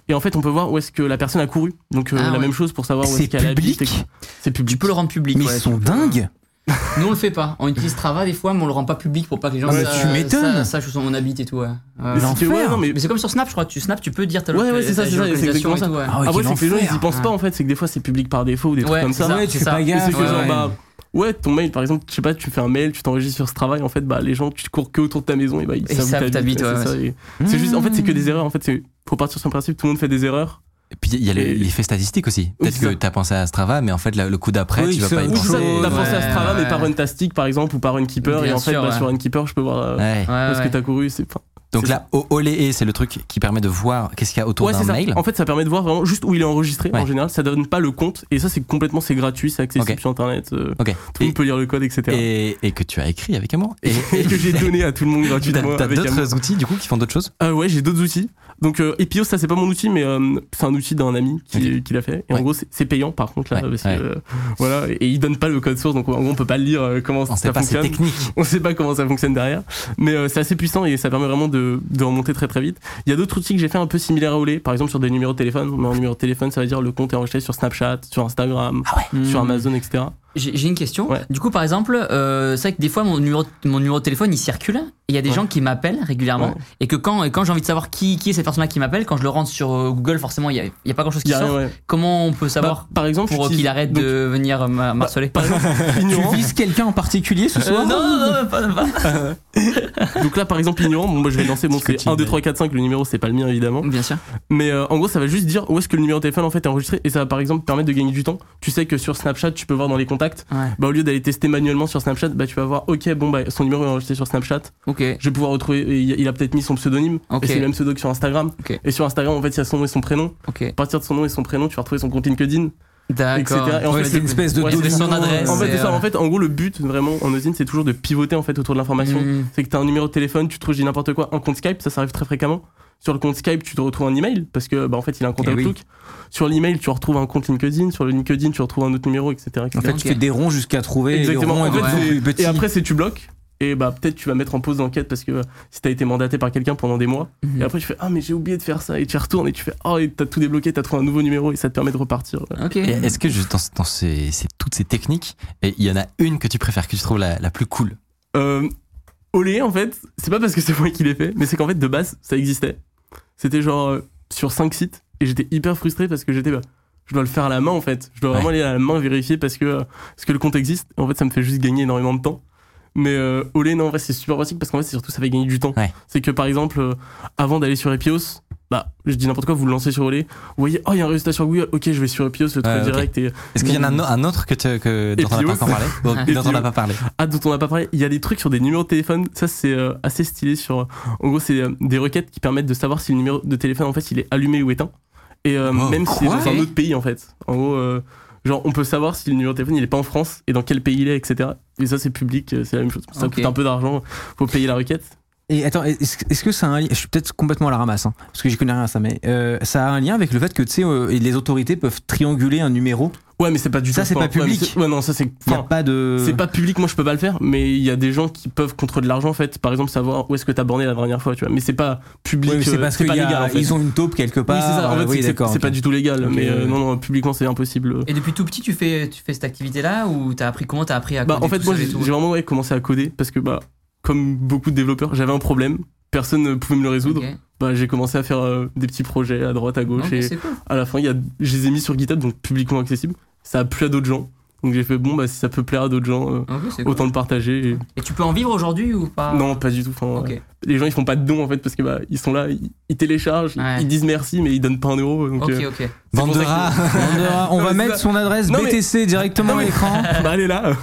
Speaker 4: Et en fait, on peut voir où est-ce que la personne a couru. Donc, euh,
Speaker 3: Ah
Speaker 4: la
Speaker 3: ouais.
Speaker 4: même chose pour savoir où
Speaker 2: C'est
Speaker 4: est-ce qu'elle habite.
Speaker 2: public
Speaker 4: C'est public.
Speaker 3: Tu peux le rendre public.
Speaker 2: Mais
Speaker 3: ouais.
Speaker 2: ils sont dingues
Speaker 4: Ah
Speaker 3: Nous, on le fait pas. On utilise Strava des fois, mais on le rend pas public pour pas que les gens
Speaker 2: Ah, mais
Speaker 3: sa-
Speaker 2: tu m'étonnes.
Speaker 3: sa- sachent où sont- on habite et tout. Ouais. Ouais.
Speaker 4: Mais c'est que- ouais, non, mais-
Speaker 3: Mais c'est comme sur Snap, je crois. Tu Snap, tu peux dire ta
Speaker 4: Ouais, ouais, c'est ça, c'est
Speaker 3: ta
Speaker 4: ça, c'est
Speaker 3: géolocalisation
Speaker 4: exactement
Speaker 3: et tout, ouais.
Speaker 2: Ah ouais,
Speaker 4: Après,
Speaker 2: quel
Speaker 4: c'est que les gens, ils y
Speaker 2: enfer.
Speaker 4: pensent pas, en fait. C'est que des fois, c'est public par défaut ou des
Speaker 3: Ouais,
Speaker 4: trucs comme
Speaker 3: c'est
Speaker 4: ça.
Speaker 3: ça.
Speaker 2: Ouais, tu fais pas
Speaker 4: Et c'est
Speaker 2: gaffe.
Speaker 4: que genre,
Speaker 3: ouais.
Speaker 4: bah, ouais, ton mail, par exemple, je sais pas, tu fais un mail, tu t'enregistres sur Strava, et en fait, bah, les gens, tu cours que autour de ta maison, et bah, ils
Speaker 3: Ils
Speaker 4: savent
Speaker 3: savent
Speaker 4: où
Speaker 3: t'habites,
Speaker 4: t'habites, ouais,
Speaker 3: ouais,
Speaker 4: c'est ça, et- C'est juste, en fait, c'est que des erreurs. En fait, c'est- faut partir sur le principe, tout le monde fait des erreurs.
Speaker 1: Et puis il y a le-
Speaker 4: Et-
Speaker 1: l'effet statistique aussi. Peut-être
Speaker 4: c'est
Speaker 1: que
Speaker 4: ça.
Speaker 1: t'as pensé à Strava, mais en fait là, le coup d'après,
Speaker 2: Oui,
Speaker 1: tu vas
Speaker 2: ça-
Speaker 1: pas y
Speaker 2: ou
Speaker 4: Ou
Speaker 1: penser.
Speaker 4: ça,
Speaker 2: Penser,
Speaker 4: t'as pensé à
Speaker 3: ouais,
Speaker 4: Strava, mais
Speaker 3: ouais.
Speaker 4: par Runtastic, par exemple, ou par Runkeeper, et
Speaker 3: Bien
Speaker 4: en fait,
Speaker 3: sûr,
Speaker 4: bah,
Speaker 3: ouais.
Speaker 4: sur Runkeeper, je peux voir. euh,
Speaker 1: Ouais.
Speaker 3: Ouais,
Speaker 4: Parce
Speaker 3: ouais.
Speaker 4: que t'as couru, c'est enfin,
Speaker 1: Donc
Speaker 4: C'est
Speaker 1: là, au Olé, c'est le truc qui permet de voir qu'est-ce qu'il y a autour
Speaker 4: ouais,
Speaker 1: d'un
Speaker 4: c'est ça.
Speaker 1: mail.
Speaker 4: En fait, ça permet de voir vraiment juste où il est enregistré en
Speaker 1: Ouais.
Speaker 4: général. Ça donne pas le compte et ça, c'est complètement c'est gratuit, c'est accessible
Speaker 1: Ok.
Speaker 4: sur internet. euh,
Speaker 1: Ok.
Speaker 4: Tout le
Speaker 1: Et,
Speaker 4: monde peut lire le code, etc.
Speaker 1: et, et que tu as écrit avec amour.
Speaker 4: Et,
Speaker 1: Et,
Speaker 4: que j'ai donné à tout le monde gratuitement.
Speaker 1: t'as t'as
Speaker 4: avec Amour.
Speaker 1: d'autres outils du coup qui font d'autres choses.
Speaker 4: Euh, ouais, j'ai d'autres outils. Donc euh, Epios, ça c'est pas mon outil, mais euh, c'est un outil d'un ami qui,
Speaker 1: Ok.
Speaker 4: qui l'a fait. Et en
Speaker 1: Ouais.
Speaker 4: gros, c'est c'est payant par contre là,
Speaker 1: Ouais,
Speaker 4: parce que,
Speaker 1: ouais.
Speaker 4: euh, voilà. Et il donne pas le code source, donc en gros, on peut pas lire euh, comment
Speaker 1: On
Speaker 4: ça
Speaker 1: sait pas, c'est
Speaker 4: fonctionne.
Speaker 1: technique.
Speaker 4: on sait pas comment ça fonctionne derrière, mais euh, c'est assez puissant et ça permet vraiment de, de remonter très très vite. Il y a d'autres outils que j'ai fait un peu similaires à Olé, par exemple sur des numéros de téléphone. Mais un numéro de téléphone, ça veut dire le compte est enregistré sur Snapchat, sur Instagram,
Speaker 1: Ah
Speaker 4: sur
Speaker 1: Hmm.
Speaker 4: Amazon, etc.
Speaker 3: J'ai j'ai une question.
Speaker 4: Ouais.
Speaker 3: Du coup, par exemple, euh, c'est vrai que des fois, mon numéro, mon numéro de téléphone, il circule. et Il y a des
Speaker 4: Ouais.
Speaker 3: gens qui m'appellent régulièrement.
Speaker 4: Ouais.
Speaker 3: Et que quand, et quand j'ai envie de savoir qui, qui est cette personne-là qui m'appelle, quand je le rentre sur euh, Google, forcément, il n'y a, il y a pas grand-chose
Speaker 4: Il
Speaker 3: qui
Speaker 4: y a
Speaker 3: sort.
Speaker 4: rien, ouais.
Speaker 3: Comment on peut savoir
Speaker 4: Bah, par exemple,
Speaker 3: pour euh,
Speaker 4: j'utilise-
Speaker 3: qu'il arrête
Speaker 4: donc,
Speaker 3: de venir euh, m'a- harceler
Speaker 4: par exemple,
Speaker 2: Tu
Speaker 4: ignorant.
Speaker 2: vises quelqu'un en particulier ce
Speaker 3: Euh,
Speaker 2: soir
Speaker 3: non, non, pas- pas-
Speaker 4: Donc là, par exemple, ignorant, bon, moi je vais lancer, bon, c'est 1, 2, 3, 4, 5, le numéro, c'est pas le mien évidemment.
Speaker 3: Bien sûr.
Speaker 4: Mais euh, en gros, ça va juste dire où est-ce que le numéro de téléphone en fait est enregistré et ça va par exemple permettre de gagner du temps. Tu sais que sur Snapchat, tu peux voir dans les contacts.
Speaker 3: Ouais.
Speaker 4: Bah, au lieu d'aller tester manuellement sur Snapchat, bah, tu vas voir, ok, bon, bah, son numéro est enregistré sur Snapchat.
Speaker 3: Ok.
Speaker 4: je vais pouvoir retrouver. et Il il a peut-être mis son pseudonyme,
Speaker 3: Ok.
Speaker 4: et c'est le même pseudo que sur Instagram.
Speaker 3: Ok.
Speaker 4: Et sur Instagram, en fait, il y a son nom et son prénom.
Speaker 3: Ok.
Speaker 4: À partir de son nom et son prénom, tu vas retrouver son compte LinkedIn, etc.
Speaker 3: D'accord.
Speaker 4: Et en
Speaker 2: Ouais,
Speaker 4: fait,
Speaker 2: c'est une espèce de
Speaker 4: ouais,
Speaker 3: c'est
Speaker 2: domino,
Speaker 3: son adresse,
Speaker 4: en fait,
Speaker 3: c'est,
Speaker 4: c'est ça.
Speaker 3: euh,
Speaker 4: En fait, en gros, le but vraiment en usine, c'est toujours de pivoter en fait autour de l'information.
Speaker 3: Mm.
Speaker 4: C'est que t'as un numéro de téléphone, tu te trouves je dis n'importe quoi, un compte Skype, ça, ça arrive très fréquemment. Sur le compte Skype, tu te retrouves un email parce que bah en fait, il a un compte
Speaker 2: Eh oui.
Speaker 4: Outlook. Sur l'email, tu retrouves un compte LinkedIn. Sur le LinkedIn, tu retrouves un autre numéro, etc. etc.
Speaker 2: En fait,
Speaker 3: Ok.
Speaker 2: tu fais des ronds jusqu'à trouver
Speaker 4: Exactement.
Speaker 2: les ronds et
Speaker 4: En
Speaker 2: de
Speaker 4: fait,
Speaker 2: plus en
Speaker 4: c'est-
Speaker 2: plus petits.
Speaker 4: et après, c'est tu bloques. Et bah peut-être tu vas mettre en pause l'enquête parce que euh, si t'as été mandaté par quelqu'un pendant des mois.
Speaker 3: Mhm.
Speaker 4: Et après tu fais ah mais j'ai oublié de faire ça et tu y retournes et tu fais oh et t'as tout débloqué, t'as trouvé un nouveau numéro et ça te permet de repartir.
Speaker 3: Ok.
Speaker 1: Et
Speaker 4: Mm.
Speaker 1: Est-ce que je- dans, dans ces- ces- toutes ces techniques, et il y en a une que tu préfères, que tu trouves la, la plus cool
Speaker 4: Euh, Olé en fait, c'est pas parce que c'est moi qui l'ai fait, mais c'est qu'en fait de base ça existait. C'était genre euh, sur 5 sites et j'étais hyper frustré parce que j'étais bah, je dois le faire à la main en fait. Je dois vraiment aller à la main vérifier parce que euh, parce que le compte existe. En fait ça me fait juste gagner énormément de temps. Mais euh, Olé non en vrai c'est super pratique parce qu'en fait c'est surtout ça fait gagner du temps.
Speaker 1: Ouais.
Speaker 4: C'est que par exemple euh, avant d'aller sur Epios bah, je dis n'importe quoi, vous le lancez sur Olé, vous voyez, oh, il y a un résultat sur Google, ok, je vais sur Epios, le truc
Speaker 1: ok.
Speaker 4: direct. Et,
Speaker 1: Est-ce qu'il y en a
Speaker 4: Mm.
Speaker 1: un, un autre que tu- que, dont on n'a
Speaker 4: Epios.
Speaker 1: pas encore parlé
Speaker 3: Ouais.
Speaker 1: Dont on n'a pas parlé.
Speaker 4: Ah, dont on n'a pas parlé, il y a des trucs sur des numéros de téléphone, ça c'est euh, assez stylé. Sur, en gros, c'est euh, des requêtes qui permettent de savoir si le numéro de téléphone en fait il est allumé ou éteint. Et euh,
Speaker 1: Oh,
Speaker 4: même si c'est
Speaker 1: quoi
Speaker 4: dans un autre pays, en fait. En gros, euh, genre, on peut savoir si le numéro de téléphone, il est pas en France et dans quel pays il est, etc. Et ça, c'est public, euh, c'est la même chose. Ça
Speaker 3: Ok.
Speaker 4: coûte un peu d'argent, faut payer la requête.
Speaker 2: Et attends, est-ce est-ce que ça a un lien Je suis peut-être complètement à la ramasse, hein, parce que j'y connais rien à ça, mais euh, ça a un lien avec le fait que tu sais, euh, et les autorités peuvent trianguler un numéro.
Speaker 4: Ouais, mais c'est pas du
Speaker 2: Ça,
Speaker 4: tout.
Speaker 2: c'est pas
Speaker 4: ouais, mais
Speaker 2: public.
Speaker 4: c'est- Ouais, non, ça, c'est.
Speaker 2: Il n'y a
Speaker 4: enfin,
Speaker 2: pas de.
Speaker 4: C'est pas public, moi je peux pas le faire, mais il y a des gens qui peuvent contre de l'argent en fait, par exemple savoir où est-ce que t'as borné la dernière fois, tu vois. Mais c'est pas public,
Speaker 2: Ouais, mais
Speaker 4: euh,
Speaker 2: c'est parce qu'ils
Speaker 4: légal en fait.
Speaker 2: ont une taupe quelque part.
Speaker 4: oui, c'est ça, en fait,
Speaker 2: euh, oui,
Speaker 4: c'est que c'est-
Speaker 2: d'accord,
Speaker 4: c'est pas
Speaker 2: ok.
Speaker 4: du tout légal,
Speaker 2: Ok.
Speaker 4: mais euh, non, non, publiquement c'est impossible.
Speaker 3: Et depuis tout petit, tu fais, tu fais cette activité-là ou t'as appris comment T'as appris à
Speaker 4: Bah,
Speaker 3: coder
Speaker 4: en fait,
Speaker 3: tout
Speaker 4: moi
Speaker 3: seul
Speaker 4: j'ai
Speaker 3: et tout
Speaker 4: j'ai vraiment ouais, commencé à coder parce que, bah, comme beaucoup de développeurs, j'avais un problème, personne ne pouvait me le résoudre.
Speaker 3: Ok.
Speaker 4: Bah, j'ai commencé à faire euh, des petits projets à droite, à gauche,
Speaker 3: Ok,
Speaker 4: et
Speaker 3: c'est cool.
Speaker 4: à la fin, il y a, je les ai mis sur GitHub, donc publiquement accessible. Ça a plu à d'autres gens, donc j'ai fait bon, bah, si ça peut plaire à d'autres gens, euh,
Speaker 3: Ok, c'est cool.
Speaker 4: autant le partager. et-
Speaker 3: Et tu peux en vivre aujourd'hui ou pas
Speaker 4: Non, pas du tout. Enfin,
Speaker 3: Ok.
Speaker 4: euh, Les gens ils font pas de dons en fait parce que bah ils sont là, ils, ils téléchargent, ils-
Speaker 3: Ouais.
Speaker 4: ils disent merci mais ils donnent pas un euro. Donc,
Speaker 3: Ok,
Speaker 4: euh,
Speaker 3: ok.
Speaker 4: c'est pour ça que-
Speaker 1: Vendera.
Speaker 2: Vendera, on
Speaker 4: Non,
Speaker 2: va
Speaker 4: mais
Speaker 2: mettre
Speaker 4: c'est
Speaker 2: son adresse
Speaker 4: Non, mais-
Speaker 2: BTC directement
Speaker 4: Non, mais-
Speaker 2: à l'écran.
Speaker 4: bah elle est là.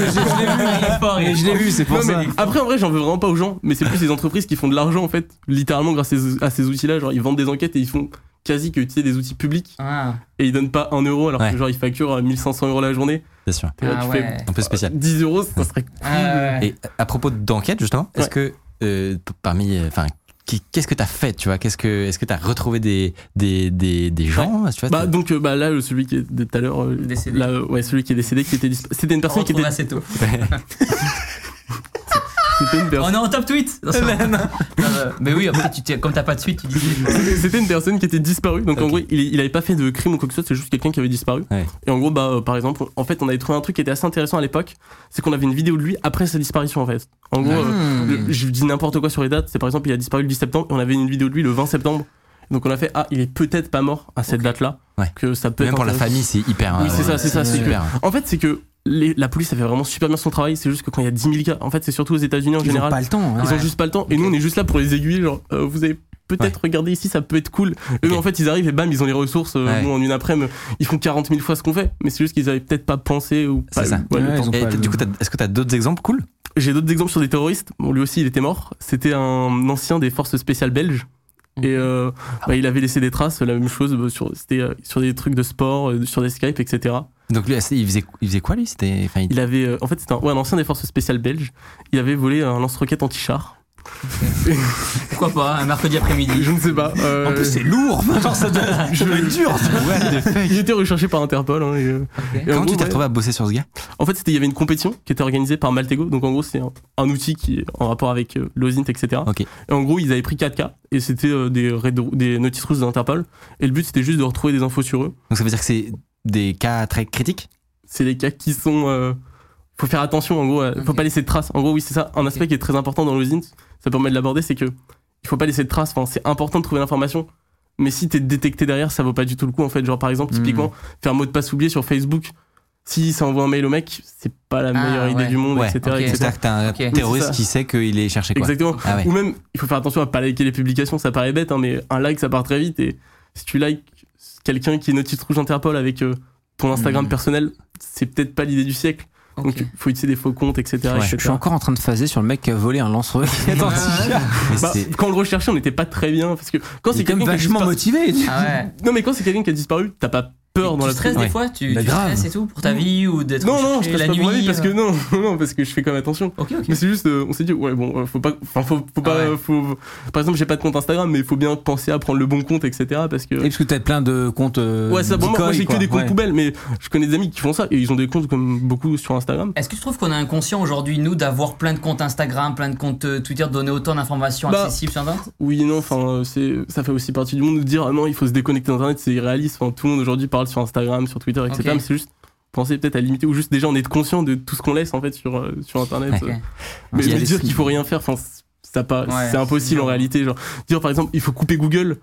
Speaker 3: Il est fort, il est
Speaker 2: Et je l'ai vu, c'est pour
Speaker 4: Non, mais
Speaker 2: ça.
Speaker 4: après en vrai j'en veux vraiment pas aux gens, mais c'est plus les entreprises qui font de l'argent en fait, littéralement grâce à ces, à ces outils-là, genre ils vendent des enquêtes et ils font quasi que utiliser des outils publics
Speaker 3: Ah,
Speaker 4: et ils donnent pas un euro alors que
Speaker 1: Ouais.
Speaker 4: genre ils facturent euh, 1500 euros la journée.
Speaker 1: Bien sûr.
Speaker 4: Et là,
Speaker 3: ah
Speaker 4: tu fais
Speaker 3: ouais.
Speaker 1: Un peu spécial.
Speaker 4: 10 euros, ça serait
Speaker 3: Ah ouais.
Speaker 1: Et à propos d'enquête, justement, est-ce
Speaker 4: Ouais.
Speaker 1: que euh, p- parmi. euh, Enfin, qui- qu'est-ce que t'as fait, tu vois Qu'est-ce que, Est-ce que t'as retrouvé des, des, des, des gens tu vois,
Speaker 4: Bah
Speaker 1: t'as-
Speaker 4: donc euh, bah là euh, celui qui est de tout à l'heure euh,
Speaker 3: Décédé.
Speaker 4: là, euh, ouais celui qui est décédé qui était dis- c'était une
Speaker 3: On
Speaker 4: personne qui
Speaker 3: retrouve
Speaker 4: était
Speaker 3: assez tôt.
Speaker 4: c'était une
Speaker 3: On
Speaker 4: personne
Speaker 3: est en top tweet Non, c'est vrai. Non, euh, Mais oui, après, tu, t'es- comme t'as pas de suite, tu dis.
Speaker 4: C'était- C'était une personne qui était disparue. Donc en
Speaker 1: Ok.
Speaker 4: gros, il, il avait pas fait de crime ou quoi que ce soit, c'est juste quelqu'un qui avait disparu.
Speaker 1: Ouais.
Speaker 4: Et en gros, bah euh, par exemple, on- en fait, on avait trouvé un truc qui était assez intéressant à l'époque, c'est qu'on avait une vidéo de lui après sa disparition en fait. En gros,
Speaker 1: Ah.
Speaker 4: euh, le- je dis n'importe quoi sur les dates, c'est par exemple, il a disparu le 10 septembre et on avait une vidéo de lui le 20 septembre. Donc on a fait ah, il est peut-être pas mort à cette date-là.
Speaker 1: Ouais.
Speaker 4: Que ça peut
Speaker 1: Même
Speaker 4: être
Speaker 1: pour la
Speaker 4: intéressant.
Speaker 1: famille, c'est hyper.
Speaker 4: Oui, c'est
Speaker 1: euh,
Speaker 4: ça, c'est ça, c'est
Speaker 1: super.
Speaker 4: En fait, c'est que les- la police a fait vraiment super bien son travail, c'est juste que quand il y a 10 000 cas, en fait, c'est surtout aux États-Unis en
Speaker 2: Ils ont
Speaker 4: général.
Speaker 2: pas le temps. hein.
Speaker 4: Ils
Speaker 3: Ouais.
Speaker 4: ont juste pas le temps. Et nous, on est juste là pour les aiguiller. Genre, euh, vous avez peut-être regardé ici, ça peut être cool. Eux,
Speaker 1: Ok.
Speaker 4: en fait, ils arrivent et bam, ils ont les ressources. euh,
Speaker 1: Ouais.
Speaker 4: bon, en une après-midi, ils font 40 000 fois ce qu'on fait. Mais c'est juste qu'ils avaient peut-être pas pensé ou pas.
Speaker 1: C'est ça.
Speaker 4: eu, ouais, le
Speaker 2: Ouais,
Speaker 4: temps.
Speaker 2: ils ont
Speaker 1: Et
Speaker 2: pas
Speaker 1: t-
Speaker 2: le-
Speaker 1: du coup, t'as- est-ce que t'as d'autres exemples cool
Speaker 4: J'ai d'autres exemples sur des terroristes. Bon, lui aussi, il était mort. C'était un ancien des forces spéciales belges.
Speaker 1: Mhm.
Speaker 4: Et euh, bah, il avait laissé des traces, la même chose, bah, sur, c'était euh, sur des trucs de sport, euh, sur des Skype, etc.
Speaker 1: Donc lui, il faisait, il faisait quoi lui C'était, enfin, il-
Speaker 4: Il avait, euh, en fait, c'était un, ouais, un ancien des forces spéciales belges. Il avait volé un lance-roquette anti-char.
Speaker 3: Pourquoi pas, hein, un mercredi après-midi
Speaker 4: Je ne sais pas. euh,
Speaker 2: lourd. Genre, ça doit ça doit être dur.
Speaker 4: il était recherché par Interpol. hein, et, euh, et en
Speaker 1: Comment
Speaker 4: gros,
Speaker 1: tu t'es
Speaker 4: ouais.
Speaker 1: retrouvé à bosser sur ce gars
Speaker 4: En fait, c'était- il y avait une compétition qui était organisée par Maltego. Donc, en gros, c'est un, un outil qui est en rapport avec euh, Lozint, etc.
Speaker 1: Ok.
Speaker 4: Et en gros, ils avaient pris 4K et c'était euh, des, red- des notice rules d'Interpol. Et le but, c'était juste de retrouver des infos sur eux.
Speaker 1: Donc ça veut dire que c'est des cas très critiques
Speaker 4: C'est des cas qui sont. euh, faut faire attention, en gros. euh, Faut
Speaker 3: Ok.
Speaker 4: pas laisser de traces. En gros, oui, c'est ça. Un aspect
Speaker 3: Ok.
Speaker 4: qui est très important dans Lozint, ça permet de l'aborder, c'est que il faut pas laisser de traces. Enfin, c'est important de trouver l'information. Mais si t'es détecté derrière, ça vaut pas du tout le coup. En fait, genre par exemple,
Speaker 3: Hmm.
Speaker 2: Mm.
Speaker 4: typiquement, faire mot de passe oublié sur Facebook. Si ça envoie un mail au mec, c'est pas la
Speaker 3: Ah,
Speaker 4: meilleure idée
Speaker 3: ouais.
Speaker 4: du monde,
Speaker 1: Ouais,
Speaker 4: etc.
Speaker 3: ok.
Speaker 4: etc.
Speaker 3: C'est ça.
Speaker 1: C'est-à-dire que t'as un
Speaker 3: Ok. Oui, c'est
Speaker 1: terroriste
Speaker 4: ça.
Speaker 1: qui sait qu'il est cherché quoi
Speaker 4: Exactement.
Speaker 1: Ah ouais.
Speaker 4: Ou même, il faut faire attention à pas liker les publications, ça paraît bête, hein, mais un like, ça part très vite. Et si tu likes quelqu'un qui est notice rouge Interpol avec euh, ton Instagram
Speaker 3: Mm.
Speaker 4: personnel, c'est peut-être pas l'idée du siècle.
Speaker 3: Ok.
Speaker 4: Donc, il faut utiliser des faux comptes, etc.
Speaker 1: Ouais.
Speaker 4: etc.
Speaker 2: Je suis encore en train de phaser sur le mec qui a volé un lance-roquette anti-char.
Speaker 1: Mais
Speaker 4: Bah,
Speaker 1: c'est-
Speaker 4: quand on le recherchait, on n'était pas très bien. Parce que quand
Speaker 2: Il
Speaker 4: c'est
Speaker 2: est quand
Speaker 4: quelqu'un
Speaker 2: même
Speaker 4: qui a
Speaker 2: vachement
Speaker 4: disparu-
Speaker 2: motivé.
Speaker 3: Ah ouais.
Speaker 4: Non, mais quand c'est quelqu'un qui a disparu, t'as pas peur
Speaker 3: Tu
Speaker 4: dans la
Speaker 3: stresses des
Speaker 1: Ouais.
Speaker 3: fois Tu,
Speaker 2: Bah,
Speaker 3: tu
Speaker 2: grave.
Speaker 3: stresses et tout pour ta vie ou d'être
Speaker 4: Non, non,
Speaker 3: recherché
Speaker 4: je stresse
Speaker 3: la
Speaker 4: pas
Speaker 3: nuit
Speaker 4: pour ma vie parce que
Speaker 3: euh.
Speaker 4: non, non, parce que je fais quand même attention.
Speaker 3: Ok, ok.
Speaker 4: Mais c'est juste, euh, on s'est dit, ouais, bon, euh, faut pas, enfin, faut, faut pas,
Speaker 3: Ah ouais.
Speaker 4: faut- par exemple, j'ai pas de compte Instagram, mais il faut bien penser à prendre le bon compte, etc. Parce que
Speaker 2: Et parce que t'as plein de comptes. euh,
Speaker 4: Ouais, ça, bon, moi, moi,
Speaker 2: decoy,
Speaker 4: j'ai que
Speaker 2: quoi.
Speaker 4: des comptes
Speaker 2: Ouais.
Speaker 4: poubelles, mais je connais des amis qui font ça et ils ont des comptes comme beaucoup sur Instagram.
Speaker 3: Est-ce que tu trouves qu'on est inconscient aujourd'hui, nous, d'avoir plein de comptes Instagram, plein de comptes euh, Twitter, de donner autant d'informations
Speaker 4: Bah,
Speaker 3: accessibles sur Internet
Speaker 4: Oui, non, enfin, euh, c'est, ça fait aussi partie du monde de dire, ah non, il faut se déconnecter d'Internet, c'est irréaliste. Enfin, tout le monde aujourd'hui parle sur Instagram, sur Twitter, etc.
Speaker 3: Ok.
Speaker 4: Mais c'est juste penser peut-être à limiter ou juste déjà on est conscient de tout ce qu'on laisse en fait sur, euh, sur Internet.
Speaker 3: Ok.
Speaker 4: Euh, Mais,
Speaker 2: Il y a
Speaker 4: mais
Speaker 2: des
Speaker 4: dire
Speaker 2: signes.
Speaker 4: qu'il faut rien faire, enfin, c'est- ça pas,
Speaker 3: Ouais,
Speaker 4: c'est impossible
Speaker 3: c'est
Speaker 4: en
Speaker 3: dur.
Speaker 4: réalité. Genre, dire par exemple, il faut couper Google.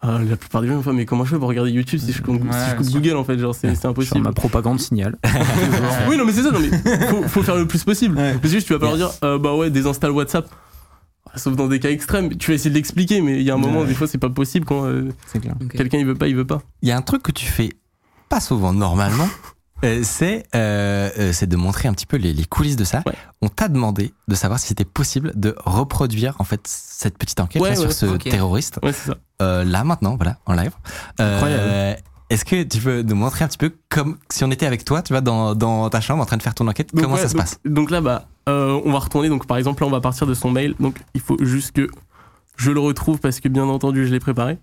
Speaker 4: Ah, la plupart des gens, enfin, mais comment je fais pour regarder YouTube si je, coupe-
Speaker 3: Ouais,
Speaker 4: si je
Speaker 3: bien
Speaker 4: coupe
Speaker 3: sûr.
Speaker 4: Google en fait, genre, c'est, c'est
Speaker 2: Sur
Speaker 4: impossible.
Speaker 2: ma propagande signale.
Speaker 4: Oui, non, mais c'est ça, non, mais faut, faut faire le plus possible.
Speaker 2: Ouais.
Speaker 4: Parce que juste, tu vas pas leur dire, euh, bah ouais, désinstalle WhatsApp. Sauf dans des cas extrêmes, tu vas essayer de l'expliquer, mais il y a un moment,
Speaker 2: Ouais.
Speaker 4: des fois, c'est pas possible quand euh,
Speaker 2: C'est clair.
Speaker 3: Ok.
Speaker 4: quelqu'un il veut pas, il veut pas.
Speaker 1: Il y a un truc que tu fais pas souvent normalement, euh, c'est euh, euh, c'est de montrer un petit peu les, les coulisses de ça.
Speaker 4: Ouais.
Speaker 1: On t'a demandé de savoir si c'était possible de reproduire en fait cette petite enquête
Speaker 4: Ouais,
Speaker 1: là, sur
Speaker 4: ouais,
Speaker 1: ce
Speaker 3: ok.
Speaker 1: terroriste
Speaker 4: Ouais, c'est ça.
Speaker 1: euh, là maintenant, voilà, en live. Euh,
Speaker 4: Incroyable.
Speaker 1: Est-ce que tu peux nous montrer un petit peu comme si on était avec toi, tu vois, dans, dans ta chambre en train de faire ton enquête,
Speaker 4: Donc,
Speaker 1: comment
Speaker 4: ouais,
Speaker 1: ça se
Speaker 4: donc-
Speaker 1: passe
Speaker 4: Donc là, bah, euh, on va retourner. Donc par exemple, là, on va partir de son mail. Donc il faut juste que je le retrouve parce que bien entendu, je l'ai préparé.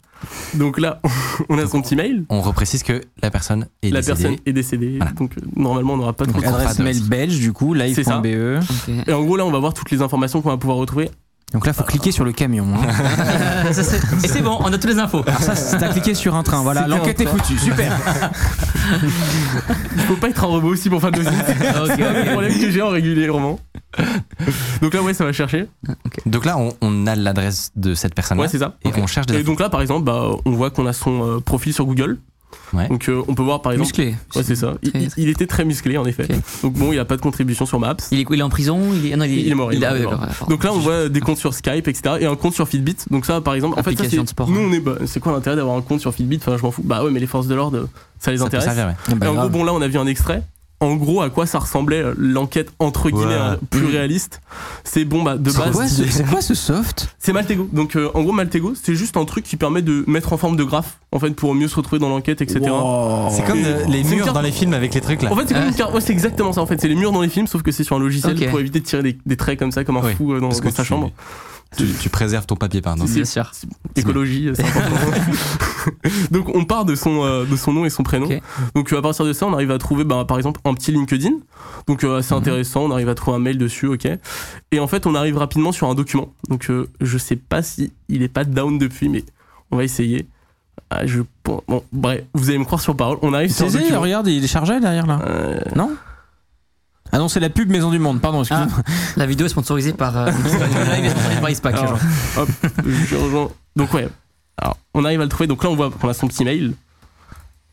Speaker 4: Donc là, on a son petit mail.
Speaker 1: On reprécise que la personne est
Speaker 4: La
Speaker 1: décédée.
Speaker 4: personne est décédée.
Speaker 1: Voilà.
Speaker 4: Donc euh, normalement, on n'aura pas trop
Speaker 2: Donc,
Speaker 4: de temps.
Speaker 1: adresse
Speaker 2: adresse mail
Speaker 1: mail
Speaker 2: belge, du coup,
Speaker 4: C'est ça.
Speaker 2: live.be.
Speaker 3: Ok.
Speaker 4: Et en gros, là, on va voir toutes les informations qu'on va pouvoir retrouver.
Speaker 2: Donc là, faut cliquer sur le camion. hein.
Speaker 3: Ça, c'est- Et c'est bon, on a toutes les infos.
Speaker 2: Alors ça, c'est- t'as cliqué sur un train. Voilà,
Speaker 4: C'était
Speaker 2: l'enquête
Speaker 4: un
Speaker 2: est foutue. Super.
Speaker 4: Il faut pas être un robot aussi pour faire de
Speaker 3: Ok,
Speaker 4: C'est le
Speaker 3: ok.
Speaker 4: problème que j'ai en régulièrement. Donc là, ouais, ça va chercher.
Speaker 1: Donc là, on, on a l'adresse de cette personne-là
Speaker 4: Ouais, c'est ça.
Speaker 1: et on cherche des
Speaker 4: Et donc là, par exemple, bah, on voit qu'on a son euh, profil sur Google.
Speaker 1: Ouais.
Speaker 4: Donc euh, on peut voir, par exemple.
Speaker 3: Musclé.
Speaker 4: Ouais, c'est ça. Il,
Speaker 3: Très-
Speaker 4: il- il était très musclé, en effet.
Speaker 3: Ok.
Speaker 4: Donc bon, il a pas de contribution sur Maps.
Speaker 3: Il est, il est en prison il est, non,
Speaker 4: Il est mort, il est
Speaker 3: ah,
Speaker 4: mort.
Speaker 3: d'accord, d'accord.
Speaker 4: Donc là, on voit des comptes sur Skype, etc. Et un compte sur Fitbit. Donc ça, par exemple, en fait, ça,
Speaker 3: Application
Speaker 4: c'est-
Speaker 3: de sport.
Speaker 4: nous, on est. bah, c'est quoi l'intérêt d'avoir un compte sur Fitbit Enfin, je m'en fous. Bah ouais, mais les forces de l'ordre, ça les
Speaker 1: ça peut
Speaker 4: intéresse.
Speaker 1: servir, ouais.
Speaker 4: Et en gros, bon, là, on a vu un extrait. En gros, à quoi ça ressemblait euh, l'enquête entre guillemets
Speaker 1: Ouais.
Speaker 4: hein, plus réaliste C'est bon, bah de
Speaker 2: C'est
Speaker 4: base,
Speaker 2: quoi ce- c'est quoi ce soft
Speaker 4: c'est Maltego. Donc euh, en gros, Maltego, c'est juste un truc qui permet de mettre en forme de graphes, en fait, pour mieux se retrouver dans l'enquête, etc.
Speaker 1: C'est comme
Speaker 4: euh,
Speaker 1: les
Speaker 4: c'est une
Speaker 1: murs
Speaker 4: carte-
Speaker 1: dans les films avec les trucs là.
Speaker 4: En fait, c'est comme
Speaker 3: Ah,
Speaker 4: une carte- ouais, c'est exactement ça. En fait, c'est les murs dans les films, sauf que c'est sur un logiciel
Speaker 3: Ok.
Speaker 4: pour éviter de tirer des, des traits comme ça, comme un
Speaker 1: Oui,
Speaker 4: fou euh, dans,
Speaker 1: parce que
Speaker 4: dans sa
Speaker 1: tu-
Speaker 4: chambre.
Speaker 1: Tu, tu préserves ton papier peint. non
Speaker 3: Bien sûr.
Speaker 4: écologie, euh, c'est important. Donc on part de son, euh, de son nom et son prénom.
Speaker 3: Ok.
Speaker 4: Donc euh, à partir de ça, on arrive à trouver bah, par exemple un petit LinkedIn. Donc euh, assez intéressant, on arrive à trouver un mail dessus, ok. Et en fait, on arrive rapidement sur un document. Donc euh, je sais pas si il est pas down depuis, mais on va essayer. Ah, je bon, bon, bref, vous allez me croire sur parole. On arrive sur un
Speaker 2: Taisez,
Speaker 4: document.
Speaker 2: regarde, il est chargé derrière là.
Speaker 4: Euh,
Speaker 2: Non Ah non, c'est la pub Maison du Monde, pardon, excusez-moi.
Speaker 3: La vidéo est sponsorisée par. euh, le live est sponsorisé par Ispac,
Speaker 4: Alors,
Speaker 3: genre.
Speaker 4: hop, je rejoins. Donc ouais.
Speaker 2: Ah.
Speaker 4: Alors, on arrive à le trouver. Donc là, on voit qu'on a son petit mail.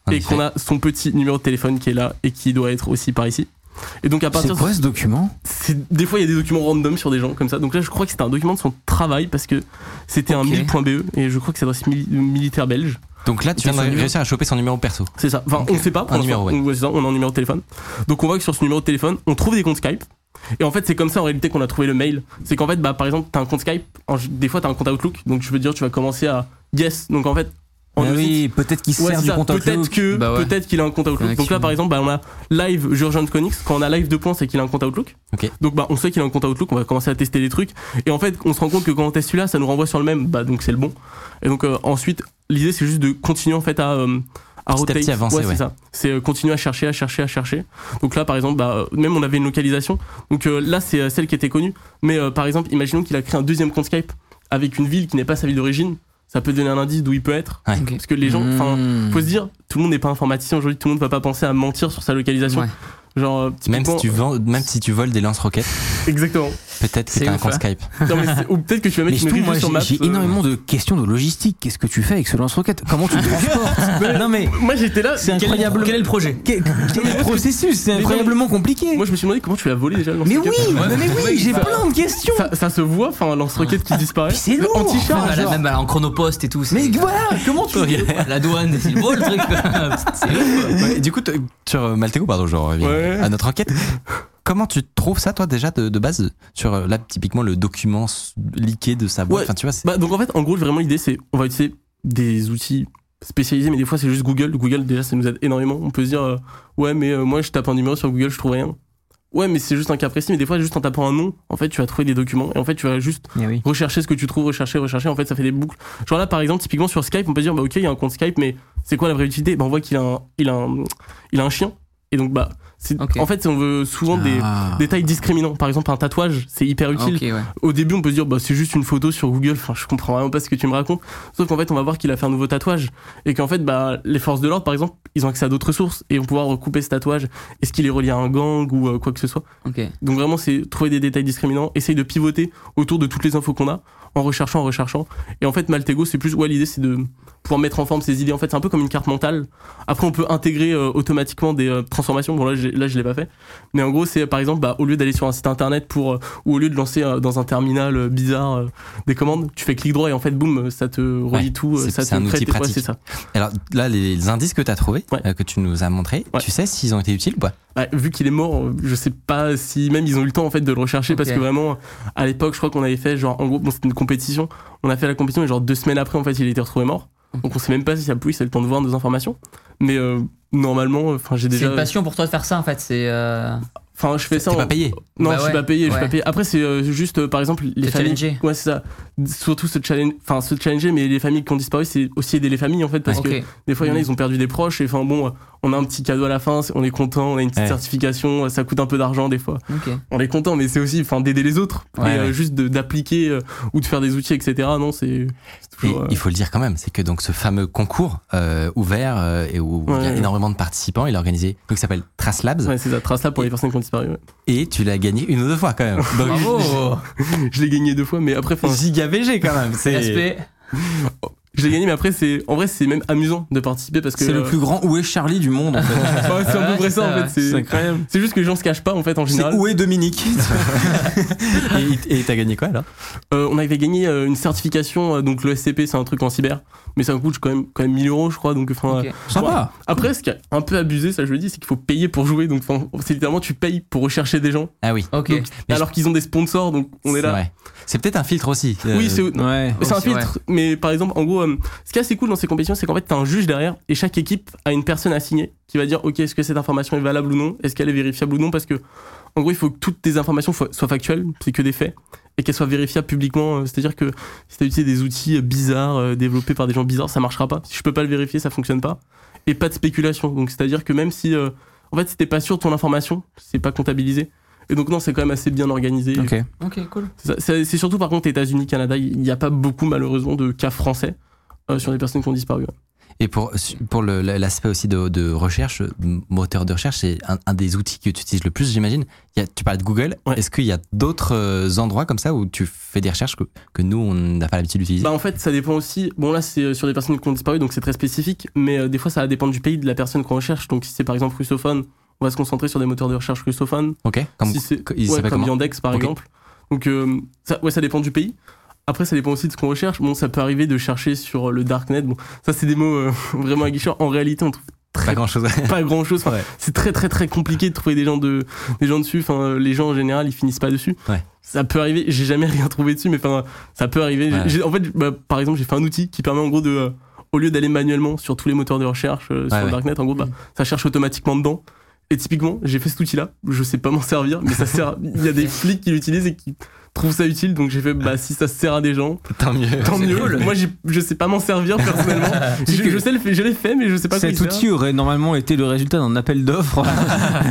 Speaker 1: En
Speaker 4: et
Speaker 1: effet.
Speaker 4: qu'on a son petit numéro de téléphone qui est là et qui doit être aussi par ici. Et donc à
Speaker 2: C'est
Speaker 4: partir de
Speaker 2: quoi ce document
Speaker 4: c'est- des fois il y a des documents random sur des gens comme ça. Donc là je crois que c'était un document de son travail parce que c'était
Speaker 3: Ok.
Speaker 4: un mil.be E et je crois que c'est adresse mili- militaire belge.
Speaker 1: Donc là, tu
Speaker 4: Tu
Speaker 1: viens
Speaker 4: as son
Speaker 1: de
Speaker 4: numéro
Speaker 1: réussir à choper son numéro perso.
Speaker 4: C'est ça. Enfin
Speaker 1: Ok.
Speaker 4: on ne sait pas. pour
Speaker 1: Un
Speaker 4: l'instant.
Speaker 1: numéro, ouais.
Speaker 4: on, ouais, c'est ça, on a un numéro de téléphone. Donc on voit que sur ce numéro de téléphone on trouve des comptes Skype. Et en fait c'est comme ça en réalité qu'on a trouvé le mail. C'est qu'en fait bah par exemple t'as un compte Skype. en- des fois t'as un compte Outlook. Donc je veux dire tu vas commencer à yes. Donc en fait en
Speaker 2: Ah
Speaker 4: deux
Speaker 2: oui, peut-être qu'il
Speaker 4: Ouais,
Speaker 2: sert
Speaker 4: c'est
Speaker 2: du
Speaker 4: ça.
Speaker 2: compte
Speaker 4: peut-être
Speaker 2: Outlook.
Speaker 4: que
Speaker 3: Bah ouais.
Speaker 4: peut-être qu'il a un compte Outlook. Donc là
Speaker 3: Connexion.
Speaker 4: par exemple bah, on a live Jurgen Konix quand on a live deux points c'est qu'il a un compte Outlook.
Speaker 1: Ok.
Speaker 4: Donc bah on sait qu'il a un compte Outlook, on va commencer à tester des trucs et en fait on se rend compte que quand on teste celui-là ça nous renvoie sur le même bah donc c'est le bon. Et donc euh, ensuite l'idée c'est juste de continuer en fait à euh,
Speaker 1: Petit à
Speaker 4: à rotate.
Speaker 1: petit avancer,
Speaker 4: c'est
Speaker 1: ouais.
Speaker 4: ça. C'est euh, continuer à chercher, à chercher, à chercher. Donc là par exemple bah euh, même on avait une localisation. Donc euh, là c'est euh, celle qui était connue mais euh, par exemple imaginons qu'il a créé un deuxième compte Skype avec une ville qui n'est pas sa ville d'origine, ça peut donner un indice d'où il peut être
Speaker 1: Ouais.
Speaker 3: Ok.
Speaker 4: parce que les gens enfin
Speaker 2: Hmm.
Speaker 4: faut se dire, tout le monde n'est pas informaticien aujourd'hui, tout le monde va pas penser à mentir sur sa localisation.
Speaker 3: Ouais.
Speaker 4: Genre, euh, typiquement-
Speaker 1: Même si, tu vends, même si tu voles des lance-roquettes,
Speaker 4: Exactement.
Speaker 1: peut-être que
Speaker 3: C'est
Speaker 1: t'as un
Speaker 3: ouf,
Speaker 1: compte
Speaker 3: hein.
Speaker 1: Skype.
Speaker 4: Non, mais c'est- ou peut-être que tu vas
Speaker 2: Mais
Speaker 4: mettre une
Speaker 2: surtout,
Speaker 4: review
Speaker 2: moi,
Speaker 4: sur Maps.
Speaker 2: j'ai j'ai
Speaker 4: euh,
Speaker 2: énormément de questions de logistique. Qu'est-ce que tu fais avec ce lance-roquette Comment tu le transportes Non mais
Speaker 4: Moi j'étais là.
Speaker 2: c'est
Speaker 3: Quel,
Speaker 2: incroyable.
Speaker 3: quel est le projet
Speaker 2: Quel, quel est le processus C'est
Speaker 4: Mais non,
Speaker 2: incroyablement compliqué.
Speaker 4: Moi je me suis demandé comment tu l'as volé déjà le
Speaker 2: Mais oui, Ah.
Speaker 4: lance-roquette.
Speaker 2: mais, oui, j'ai plein de questions.
Speaker 4: Ça, ça se voit, enfin, un lance-roquette qui disparaît.
Speaker 2: Puis c'est lourd.
Speaker 4: En t-shirt.
Speaker 2: Enfin,
Speaker 3: Même à la-
Speaker 2: genre-
Speaker 3: Même à- en chronopost et tout. c'est-
Speaker 2: Mais voilà, comment tu
Speaker 3: La douane, c'est beau le truc. C'est ouf.
Speaker 1: Ouais, et du coup, t- sur euh, Maltego, pardon, je reviens
Speaker 4: Ouais.
Speaker 1: à notre enquête. Comment tu trouves ça, toi, déjà, de, de base Sur euh, là, typiquement, le document s- leaké de sa boîte.
Speaker 4: Ouais.
Speaker 1: Enfin, tu vois, c'est-
Speaker 4: Bah, donc en fait, en gros, vraiment l'idée c'est on va utiliser des outils spécialisés, mais des fois c'est juste Google. Google déjà ça nous aide énormément. On peut se dire euh, ouais, mais euh, moi je tape un numéro sur Google, je trouve rien. Ouais, mais c'est juste un cas précis. Mais des fois, juste en tapant un nom, en fait, tu vas trouver des documents et en fait, tu vas juste
Speaker 2: oui.
Speaker 4: rechercher ce que tu trouves, rechercher, rechercher. En fait, ça fait des boucles. Genre là, par exemple, typiquement sur Skype, on peut dire, bah ok, il y a un compte Skype, mais c'est quoi la vraie utilité Bah on voit qu'il a, un, il a, un, il a un chien. Et donc, bah, c'est-
Speaker 3: Ok.
Speaker 4: en fait, on veut souvent des
Speaker 1: Ah.
Speaker 4: détails discriminants. Par exemple, un tatouage, c'est hyper utile.
Speaker 3: Ok, ouais.
Speaker 4: Au début, on peut se dire, bah c'est juste une photo sur Google. Enfin, je comprends vraiment pas ce que tu me racontes. Sauf qu'en fait, on va voir qu'il a fait un nouveau tatouage. Et qu'en fait, bah, les forces de l'ordre, par exemple, ils ont accès à d'autres sources et vont pouvoir recouper ce tatouage. Est-ce qu'il est relié à un gang ou euh, quoi que ce soit
Speaker 3: Ok.
Speaker 4: donc vraiment, c'est trouver des détails discriminants, essayer de pivoter autour de toutes les infos qu'on a. en recherchant, en recherchant. Et en fait, Maltego, c'est plus, ouais, l'idée, c'est de pouvoir mettre en forme ses idées. En fait, c'est un peu comme une carte mentale. Après, on peut intégrer euh, automatiquement des euh, transformations. Bon, là, j'ai- là je l'ai pas fait. Mais en gros, c'est par exemple, bah, au lieu d'aller sur un site internet pour, euh, ou au lieu de lancer euh, dans un terminal euh, bizarre euh, des commandes, tu fais clic droit et en fait, boum, ça te relie
Speaker 1: Ouais,
Speaker 4: tout. euh,
Speaker 1: c'est-
Speaker 4: ça
Speaker 1: c'est
Speaker 4: te
Speaker 1: un outil
Speaker 4: crée tes- ouais,
Speaker 1: pratique.
Speaker 4: c'est ça.
Speaker 1: Alors là, les, les indices que tu as trouvés,
Speaker 4: Ouais.
Speaker 1: euh, que tu nous as montrés,
Speaker 4: Ouais.
Speaker 1: tu sais s'ils ont été utiles ou pas
Speaker 4: Bah, vu qu'il est mort, euh, je sais pas si même ils ont eu le temps en fait de le rechercher parce
Speaker 3: Ok.
Speaker 4: que vraiment à l'époque, je crois qu'on avait fait genre en gros, bon, c'était une compétition, on a fait la compétition et genre deux semaines après en fait, il a été retrouvé mort. Donc on sait même pas si ça pousse, c'est le temps de voir nos informations. Mais euh, normalement, enfin j'ai
Speaker 3: C'est
Speaker 4: déjà,
Speaker 3: une passion pour toi de faire ça en fait. C'est euh,
Speaker 4: enfin je fais ça.
Speaker 1: T'es
Speaker 4: en-
Speaker 1: pas payé.
Speaker 4: Non,
Speaker 3: Bah
Speaker 4: je suis
Speaker 3: ouais,
Speaker 4: pas payé, je suis
Speaker 3: ouais.
Speaker 4: pas payé. Après c'est euh, juste euh, par exemple les
Speaker 3: Te
Speaker 4: familles.
Speaker 3: challenger.
Speaker 4: Ouais c'est ça. Surtout se challenger, enfin se challenger, mais les familles qui ont disparu, c'est aussi aider les familles en fait parce que
Speaker 3: ok.
Speaker 4: des fois, il y en a,
Speaker 3: Mm.
Speaker 4: ils ont perdu des proches. Et enfin, bon, on a un petit cadeau à la fin, on est content, on a une petite
Speaker 1: Ouais.
Speaker 4: certification, ça coûte un peu d'argent des fois.
Speaker 3: ok.
Speaker 4: On est content, mais c'est aussi enfin, d'aider les autres.
Speaker 1: Ouais,
Speaker 4: et euh,
Speaker 1: ouais.
Speaker 4: juste de- d'appliquer euh, ou de faire des outils, etc. Non, c'est c'est
Speaker 1: Et
Speaker 4: toujours. euh,
Speaker 1: il faut le dire quand même, c'est que donc ce fameux concours euh, ouvert euh, et où il y a
Speaker 4: Ouais.
Speaker 1: énormément de participants, il est organisé, donc il s'appelle Trace Labs,
Speaker 4: ouais, c'est ça, trace là pour les personnes qui ont disparu. ouais.
Speaker 1: et tu l'as gagné une ou deux fois quand même. Donc,
Speaker 3: Bravo.
Speaker 4: Je l'ai gagné deux fois, mais après, enfin,
Speaker 1: Giga VG quand même. C'est
Speaker 3: Respect.
Speaker 4: je l'ai gagné, mais après, c'est en vrai, c'est même amusant de participer parce que.
Speaker 2: C'est le
Speaker 4: euh,
Speaker 2: plus grand Où est Charlie du monde en fait.
Speaker 4: ouais, c'est à peu
Speaker 3: Ouais,
Speaker 4: près
Speaker 3: c'est
Speaker 4: ça, en
Speaker 3: ça, ouais.
Speaker 4: fait. C'est
Speaker 2: incroyable.
Speaker 4: c'est juste que les gens se cachent pas, en fait, en
Speaker 2: C'est
Speaker 4: général.
Speaker 2: Où est Dominique
Speaker 1: Et et t'as gagné quoi alors
Speaker 4: Euh, on avait gagné euh, une certification, euh, donc le SCP, c'est un truc en cyber, mais ça coûte quand même, quand même 1000 euros, je crois. Donc, enfin, euh,
Speaker 3: Ok.
Speaker 2: Sympa.
Speaker 4: Après, ce qui est un peu abusé, ça je le dis, c'est qu'il faut payer pour jouer. Donc, enfin, c'est littéralement, tu payes pour rechercher des gens.
Speaker 1: Ah oui.
Speaker 3: Ok.
Speaker 4: Donc,
Speaker 1: Mais
Speaker 4: alors qu'ils ont des sponsors, donc on est,
Speaker 1: C'est
Speaker 4: là.
Speaker 1: vrai. C'est peut-être un filtre aussi. euh,
Speaker 4: Oui, c'est
Speaker 2: Ouais.
Speaker 4: c'est un
Speaker 3: aussi,
Speaker 4: filtre. Mais par exemple, en gros, euh, ce qui est assez cool dans ces compétitions, c'est qu'en fait, t'as un juge derrière et chaque équipe a une personne assignée qui va dire, ok, est-ce que cette information est valable ou non Est-ce qu'elle est vérifiable ou non Parce que, en gros, il faut que toutes tes informations fo- soient factuelles, c'est que des faits, et qu'elles soient vérifiables publiquement. Euh, C'est-à-dire que si t'as utilisé des outils euh, bizarres euh, développés par des gens bizarres, ça marchera pas. Si je peux pas le vérifier, ça fonctionne pas. Et pas de spéculation. Donc, c'est-à-dire que même si, euh, en fait, si t'es pas sûr de ton information, c'est pas comptabilisé. Et donc, non, c'est quand même assez bien organisé.
Speaker 2: Ok.
Speaker 3: Ok, cool.
Speaker 4: C'est ça. C'est c'est surtout par contre États-Unis, Canada, il n'y a pas beaucoup malheureusement de cas français euh, sur des personnes qui ont disparu. ouais.
Speaker 1: Et pour, pour le- l'aspect aussi de, de recherche, de moteur de recherche, c'est un, un des outils que tu utilises le plus, j'imagine. Il y a- Tu parlais de Google.
Speaker 4: Ouais.
Speaker 1: Est-ce qu'il y a d'autres euh, endroits comme ça où tu fais des recherches que, que nous, on n'a pas l'habitude d'utiliser
Speaker 4: Bah en fait, ça dépend aussi. Bon là, c'est euh, sur des personnes qui ont disparu, donc c'est très spécifique. Mais euh, des fois, ça va dépendre du pays, de la personne qu'on recherche. Donc si c'est par exemple russophone, on va se concentrer sur des moteurs de recherche russophones.
Speaker 1: Ok comme,
Speaker 4: si c'est
Speaker 1: il
Speaker 4: ouais,
Speaker 1: s'appelle
Speaker 4: comme
Speaker 1: comment
Speaker 4: Yandex par
Speaker 1: Ok.
Speaker 4: exemple. Donc euh, ça, ouais, ça dépend du pays. Après, ça dépend aussi de ce qu'on recherche. Bon, ça peut arriver de chercher sur euh, le darknet. Bon, ça c'est des mots euh, vraiment aguicheurs. En réalité, on trouve
Speaker 1: Pas grand chose.
Speaker 4: pas grand chose.
Speaker 1: Ouais.
Speaker 4: C'est très très très compliqué de trouver des gens de des gens dessus. Enfin, euh, les gens en général, ils finissent pas dessus.
Speaker 1: Ouais.
Speaker 4: Ça peut arriver. J'ai jamais rien trouvé dessus, mais enfin, ça peut arriver.
Speaker 1: Ouais.
Speaker 4: J'ai- En fait, bah, par exemple, j'ai fait un outil qui permet en gros de euh, au lieu d'aller manuellement sur tous les moteurs de recherche euh, sur
Speaker 1: Ouais,
Speaker 4: le
Speaker 1: ouais.
Speaker 4: darknet, en gros, bah, ça cherche automatiquement dedans. Et typiquement, j'ai fait cet outil-là. Je sais pas m'en servir, mais ça sert. Il y a des flics qui l'utilisent et qui trouvent ça utile. Donc j'ai fait, bah si ça sert à des gens,
Speaker 1: Tant mieux.
Speaker 4: tant mieux. Moi, j'ai- je sais pas m'en servir personnellement. je, je sais le, fait- je l'ai fait, mais je sais pas. à quoi il
Speaker 2: Cet
Speaker 4: sert.
Speaker 2: outil aurait normalement été le résultat d'un appel d'offres.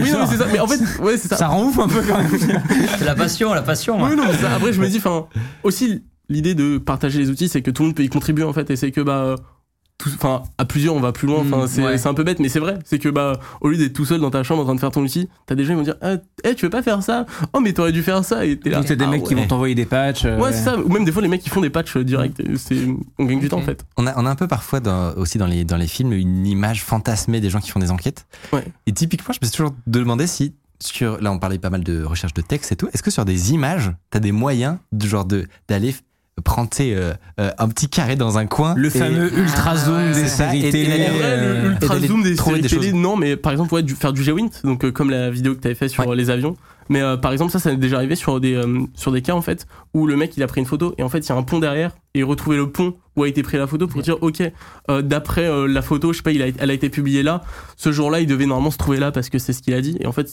Speaker 4: Oui, non, mais c'est ça. Mais en fait, ouais, c'est ça.
Speaker 2: Ça rend ouf un peu quand même.
Speaker 3: C'est la passion, la passion. hein.
Speaker 4: Oui, non, mais ça, après, je me dis, enfin, aussi, l'idée de partager les outils, c'est que tout le monde peut y contribuer, en fait, et c'est que, bah, euh, tout- enfin, à plusieurs, on va plus loin, enfin,
Speaker 3: Mm,
Speaker 4: c'est
Speaker 3: ouais.
Speaker 4: c'est un peu bête, mais c'est vrai, c'est que, bah, au lieu d'être tout seul dans ta chambre en train de faire ton outil, t'as des gens qui vont dire, ah, eh, tu veux pas faire ça Oh, mais t'aurais dû faire ça, et t'es là.
Speaker 2: T'as des
Speaker 4: ah,
Speaker 2: mecs
Speaker 4: ouais.
Speaker 2: qui vont t'envoyer des patchs. euh,
Speaker 4: Ouais, c'est ça, ou même des fois, les mecs qui font des patchs euh, directs, et c'est- on gagne du temps, en
Speaker 3: Ok.
Speaker 4: fait.
Speaker 1: On a, on a un peu parfois dans- aussi dans les, dans les films une image fantasmée des gens qui font des enquêtes.
Speaker 4: Ouais.
Speaker 1: Et typiquement, je me suis toujours demandé si, sur, là on parlait pas mal de recherche de texte et tout, est-ce que sur des images, t'as des moyens de, genre de, d'aller f- prendre tu sais, euh, euh, un petit carré dans un coin
Speaker 2: Le
Speaker 1: et- Ah,
Speaker 2: fameux ultra zoom
Speaker 3: ouais,
Speaker 2: des
Speaker 1: c'est ça.
Speaker 2: séries
Speaker 1: Et-
Speaker 2: télé.
Speaker 1: et
Speaker 4: En vrai, le-
Speaker 2: euh,
Speaker 4: l'ultra
Speaker 1: d'aller
Speaker 4: zoom des
Speaker 1: trouver
Speaker 4: séries
Speaker 1: des
Speaker 4: télé,
Speaker 1: choses.
Speaker 4: non, mais par exemple, ouais, du- faire du G-Wint, donc euh, comme la vidéo que tu avais fait sur
Speaker 1: Ouais.
Speaker 4: euh, les avions. Mais euh, par exemple, ça, ça est déjà arrivé sur des, euh, sur des cas en fait, où le mec il a pris une photo et en fait il y a un pont derrière et retrouver le pont où a été prise la photo pour dire ok, euh, d'après euh, la photo, je sais pas, il a, elle a été publiée là, ce jour-là il devait normalement se trouver là parce que c'est ce qu'il a dit et en fait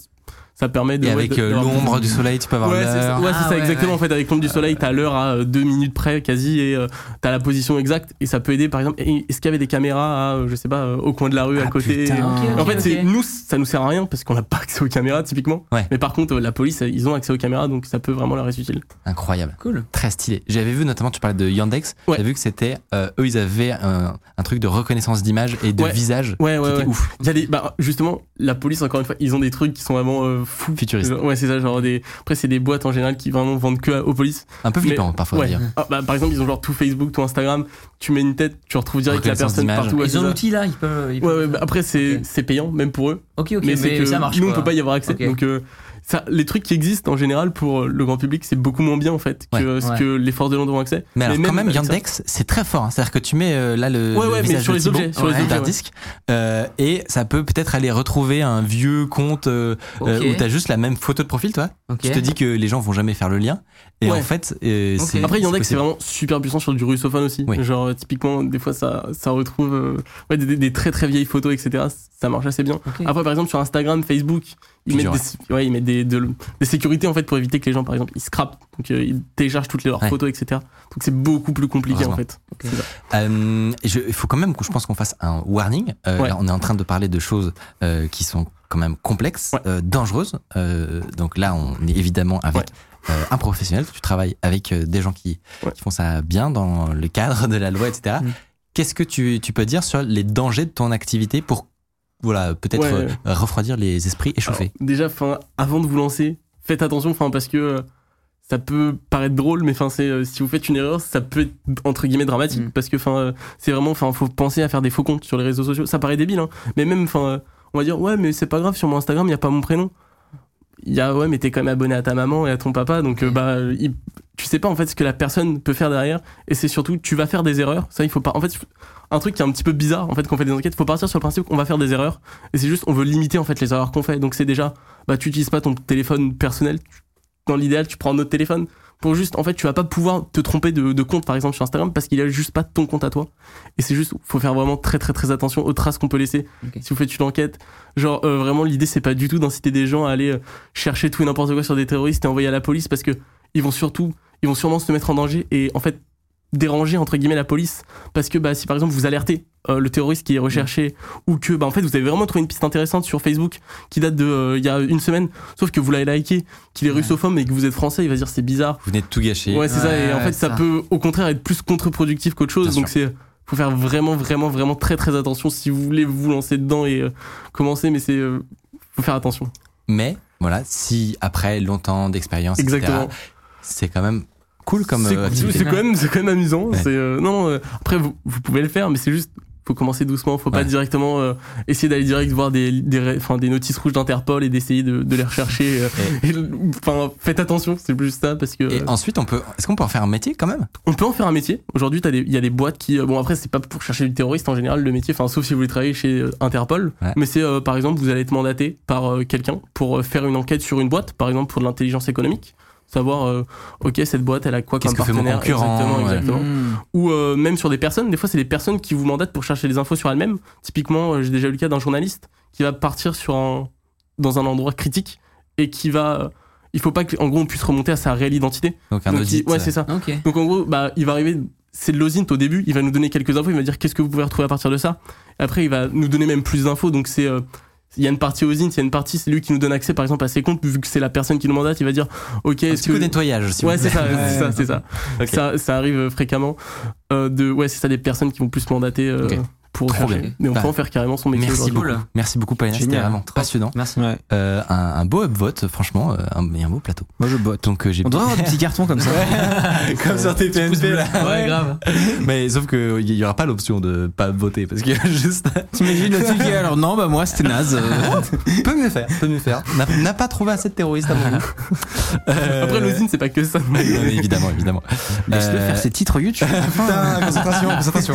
Speaker 4: ça permet de.
Speaker 1: Et
Speaker 4: ouais,
Speaker 1: avec
Speaker 4: de-
Speaker 1: euh,
Speaker 4: d'avoir-
Speaker 1: l'ombre du soleil, tu peux avoir
Speaker 4: Ouais, c'est ça,
Speaker 1: l'heure.
Speaker 4: ouais, c'est
Speaker 3: Ah,
Speaker 4: ça,
Speaker 3: ouais,
Speaker 4: exactement.
Speaker 3: ouais.
Speaker 4: En fait, avec l'ombre du soleil, t'as l'heure à euh, deux minutes près, quasi, et euh, t'as la position exacte, et ça peut aider. Par exemple, et- est-ce qu'il y avait des caméras, à, euh, je sais pas, euh, au coin de la rue, à
Speaker 2: Ah,
Speaker 4: côté
Speaker 2: putain.
Speaker 3: Ok,
Speaker 4: En
Speaker 3: ok,
Speaker 4: fait,
Speaker 3: ok.
Speaker 4: c'est nous, ça nous sert à rien parce qu'on n'a pas accès aux caméras, typiquement.
Speaker 1: Ouais.
Speaker 4: Mais par contre, euh, la police, ils ont accès aux caméras, donc ça peut vraiment leur être utile.
Speaker 1: Incroyable.
Speaker 3: Cool.
Speaker 1: Très stylé. J'avais vu notamment, tu parlais de Yandex,
Speaker 4: Ouais.
Speaker 1: j'avais vu que c'était, euh, eux ils avaient un, un truc de reconnaissance d'image et de
Speaker 4: Ouais.
Speaker 1: visage.
Speaker 4: Ouais, ouais,
Speaker 1: C'était
Speaker 4: ouais.
Speaker 1: ouf.
Speaker 4: Il y a des- bah, justement, la police, encore une fois, ils ont des trucs qui sont vraiment, euh, euh, fous.
Speaker 1: Futuriste.
Speaker 4: Ouais, c'est ça. Genre des... Après, c'est des boîtes en général qui vraiment vendent que à- aux polices.
Speaker 1: Un peu
Speaker 4: Mais-
Speaker 1: flippant, parfois,
Speaker 4: ouais.
Speaker 1: à dire.
Speaker 4: Ah, bah, par exemple, ils ont genre tout Facebook, tout Instagram. Tu mets une tête, tu retrouves direct la
Speaker 1: Reconnaissance
Speaker 4: personne
Speaker 1: d'image.
Speaker 4: partout. ouais,
Speaker 3: Ils
Speaker 4: c'est
Speaker 3: ont
Speaker 4: ça.
Speaker 3: l'outil là, ils peuvent. ils
Speaker 4: Ouais,
Speaker 3: peuvent-
Speaker 4: ouais, bah, après, c'est
Speaker 3: Ok.
Speaker 4: c'est payant, même pour eux.
Speaker 3: Ok, ok,
Speaker 4: mais
Speaker 3: mais,
Speaker 4: c'est que
Speaker 3: ça marche.
Speaker 4: nous, on
Speaker 3: quoi.
Speaker 4: peut pas y avoir accès.
Speaker 3: Ok.
Speaker 4: Donc, euh, ça, les trucs qui existent en général pour le grand public, c'est beaucoup moins bien en fait que
Speaker 1: Ouais.
Speaker 4: euh, ce
Speaker 3: Ouais.
Speaker 4: que les forces de l'ordre ont accès.
Speaker 1: Mais alors, quand même,
Speaker 4: avec ça-
Speaker 1: Yandex, c'est très fort. hein. C'est-à-dire que tu mets euh, là le,
Speaker 4: Ouais,
Speaker 1: le
Speaker 4: ouais, mais
Speaker 1: visage
Speaker 4: sur
Speaker 1: de
Speaker 4: les
Speaker 1: Thibaut
Speaker 4: objets, sur les
Speaker 1: d'un
Speaker 4: objets, ouais.
Speaker 1: disque, euh, et ça peut peut-être aller retrouver un vieux compte euh,
Speaker 3: Ok.
Speaker 1: euh, où t'as juste la même photo de profil, toi.
Speaker 3: Ok.
Speaker 1: Tu te dis que les gens vont jamais faire le lien, et
Speaker 4: Ouais.
Speaker 1: en fait, euh,
Speaker 3: Ok.
Speaker 1: c'est
Speaker 4: Après,
Speaker 1: c'est
Speaker 4: Yandex, c'est
Speaker 1: possible.
Speaker 4: vraiment super puissant sur du russophone aussi.
Speaker 1: Oui.
Speaker 4: Genre, euh, typiquement, des fois, ça, ça retrouve euh, ouais, des, des- des très très vieilles photos, etc. Ça marche assez bien.
Speaker 3: Ok.
Speaker 4: Après, par exemple, sur Instagram, Facebook, ils
Speaker 1: Plus dur,
Speaker 4: mettent, des, ouais, ils mettent des, de- des sécurités en fait pour éviter que les gens, par exemple, ils scrapent. Donc, euh, ils téléchargent toutes les- leurs
Speaker 1: Ouais.
Speaker 4: photos, etc. Donc, c'est beaucoup plus compliqué en
Speaker 1: Heureusement.
Speaker 4: fait.
Speaker 3: Ok.
Speaker 4: C'est ça.
Speaker 1: Euh, je- Il faut quand même, que- je pense qu'on fasse un warning. Euh,
Speaker 4: Ouais.
Speaker 1: là, on est en train de parler de choses euh, qui sont quand même complexes,
Speaker 4: Ouais.
Speaker 1: euh, dangereuses. Euh, donc là, on est évidemment avec euh, un professionnel. Tu travailles avec euh, des gens qui,
Speaker 4: Ouais.
Speaker 1: qui font ça bien dans le cadre de la loi, etc.
Speaker 3: Mm.
Speaker 1: Qu'est-ce que tu, tu peux dire sur les dangers de ton activité pour voilà, peut-être
Speaker 4: Ouais.
Speaker 1: euh, refroidir les esprits échauffés
Speaker 4: Alors, déjà, enfin, avant de vous lancer, faites attention, enfin, parce que euh, ça peut paraître drôle, mais enfin, c'est euh, si vous faites une erreur, ça peut être entre guillemets dramatique,
Speaker 3: Mm.
Speaker 4: parce que enfin, euh, c'est vraiment, enfin, faut penser à faire des faux comptes sur les réseaux sociaux. Ça paraît débile, hein, mais même, enfin, euh, on va dire, ouais, mais c'est pas grave, sur mon Instagram, il y a pas mon prénom. Il y a, ouais, mais t'es quand même abonné à ta maman et à ton papa, donc euh, bah, il- tu sais pas en fait ce que la personne peut faire derrière, et c'est surtout, tu vas faire des erreurs. Ça, il faut pas. En fait, un truc qui est un petit peu bizarre en fait quand on fait des enquêtes, faut partir sur le principe qu'on va faire des erreurs et c'est juste on veut limiter en fait les erreurs qu'on fait. Donc c'est déjà bah tu utilises pas ton téléphone personnel. Tu- Dans l'idéal, tu prends un autre téléphone pour juste en fait tu vas pas pouvoir te tromper de, de compte par exemple sur Instagram parce qu'il a juste pas ton compte à toi. Et c'est juste faut faire vraiment très très très attention aux traces qu'on peut laisser.
Speaker 3: Ok.
Speaker 4: Si vous faites une enquête, genre euh, vraiment l'idée c'est pas du tout d'inciter des gens à aller euh, chercher tout et n'importe quoi sur des terroristes et envoyer à la police parce que ils vont surtout ils vont sûrement se mettre en danger et en fait déranger entre guillemets la police parce que bah, si par exemple vous alertez euh, le terroriste qui est recherché ou que bah, en fait vous avez vraiment trouvé une piste intéressante sur Facebook qui date de euh, il y a une semaine sauf que vous l'avez liké qu'il est
Speaker 3: Ouais.
Speaker 4: russophone et que vous êtes français il va se dire c'est bizarre
Speaker 1: Vous venez de tout gâcher.
Speaker 4: ouais c'est ça et en
Speaker 3: Ouais,
Speaker 4: fait ça,
Speaker 3: ça.
Speaker 4: peut au contraire être plus contre-productif qu'autre chose
Speaker 1: Bien
Speaker 4: donc c'est faut faire vraiment vraiment vraiment très très attention si vous voulez vous lancer dedans et euh, commencer mais c'est euh, faut faire attention
Speaker 1: Mais voilà, si après longtemps d'expérience, etc.,
Speaker 4: Exactement.
Speaker 1: c'est quand même cool comme
Speaker 4: c'est
Speaker 1: euh,
Speaker 4: cool,
Speaker 1: activité.
Speaker 4: c'est quand même c'est quand même amusant
Speaker 1: Ouais.
Speaker 4: c'est euh, non euh, après vous, vous pouvez le faire mais c'est juste faut commencer doucement faut pas
Speaker 1: Ouais.
Speaker 4: directement euh, essayer d'aller direct voir des des ré- enfin des notices rouges d'Interpol et d'essayer de, de les rechercher euh, et le- enfin faites attention c'est plus ça parce que
Speaker 1: Et
Speaker 4: euh,
Speaker 1: ensuite, on peut, est-ce qu'on peut en faire un métier quand même
Speaker 4: on peut en faire un métier aujourd'hui t'as des- il y a des boîtes qui euh, bon après c'est pas pour chercher du terroriste en général le métier enfin sauf si vous voulez travailler chez euh, Interpol
Speaker 1: Ouais.
Speaker 4: mais c'est euh, par exemple vous allez être mandaté par euh, quelqu'un pour euh, faire une enquête sur une boîte par exemple pour de l'intelligence économique savoir euh, ok cette boîte elle a quoi
Speaker 1: Qu'est-ce
Speaker 4: comme
Speaker 1: que fait mon
Speaker 4: partenaire
Speaker 1: concurrent,
Speaker 4: exactement
Speaker 1: ouais.
Speaker 4: exactement
Speaker 2: Mmh.
Speaker 4: ou euh, même sur des personnes. Des fois, c'est des personnes qui vous mandatent pour chercher des infos sur elles-mêmes. Typiquement, euh, j'ai déjà eu le cas d'un journaliste qui va partir sur un, dans un endroit critique et qui va. euh, il faut pas qu'en gros on puisse remonter à sa réelle identité.
Speaker 1: Donc un
Speaker 4: Donc, il-
Speaker 1: audit.
Speaker 4: ouais, c'est ça.
Speaker 3: Ok.
Speaker 4: Donc en gros, bah, il va arriver, c'est de l'ausint au début, il va nous donner quelques infos, il va dire qu'est-ce que vous pouvez retrouver à partir de ça. Après, il va nous donner même plus d'infos, donc c'est... euh, il y a une partie ausint, il y a une partie, c'est lui qui nous donne accès par exemple à ses comptes, vu que c'est la personne qui nous mandate, il va dire Ok,
Speaker 1: Un
Speaker 4: est-ce
Speaker 1: petit coup de
Speaker 4: que.
Speaker 1: nettoyage, si
Speaker 4: Ouais,
Speaker 1: vous
Speaker 4: c'est ça,
Speaker 1: plaît.
Speaker 4: c'est ça, c'est ça.
Speaker 1: Ok.
Speaker 4: ça. ça arrive euh, fréquemment. Euh, de, ouais, c'est ça, des personnes qui vont plus mandater euh,
Speaker 1: Ok.
Speaker 4: pour
Speaker 1: Trop
Speaker 4: rechercher.
Speaker 1: bien.
Speaker 4: Mais on
Speaker 1: Bah,
Speaker 4: peut en faire carrément son métier.
Speaker 1: Merci
Speaker 4: aujourd'hui.
Speaker 1: beaucoup. Merci beaucoup, Paulina. C'était
Speaker 2: Génial.
Speaker 1: vraiment passionnant.
Speaker 3: Merci.
Speaker 2: Ouais.
Speaker 1: Euh, un, un beau upvote, franchement, euh, un, et un beau plateau.
Speaker 2: Moi je botte.
Speaker 1: Donc euh, j'ai
Speaker 2: On doit avoir des petits cartons comme ça.
Speaker 1: comme sur tes PNP là.
Speaker 3: Ouais, grave.
Speaker 1: Mais sauf que il y aura pas l'option de pas voter parce qu'il y a juste
Speaker 2: T'imagines le truc qui est, alors non, bah moi c'était naze. euh.
Speaker 1: peut mieux faire, peut mieux faire. N'a- N'a pas trouvé assez de terroristes à mon goût. Euh,
Speaker 4: Après, l'ausint, c'est pas que ça.
Speaker 1: non, mais évidemment, évidemment.
Speaker 2: Laisse-le
Speaker 1: Euh,
Speaker 2: faire ses titres YouTube.
Speaker 1: Putain, concentration, concentration.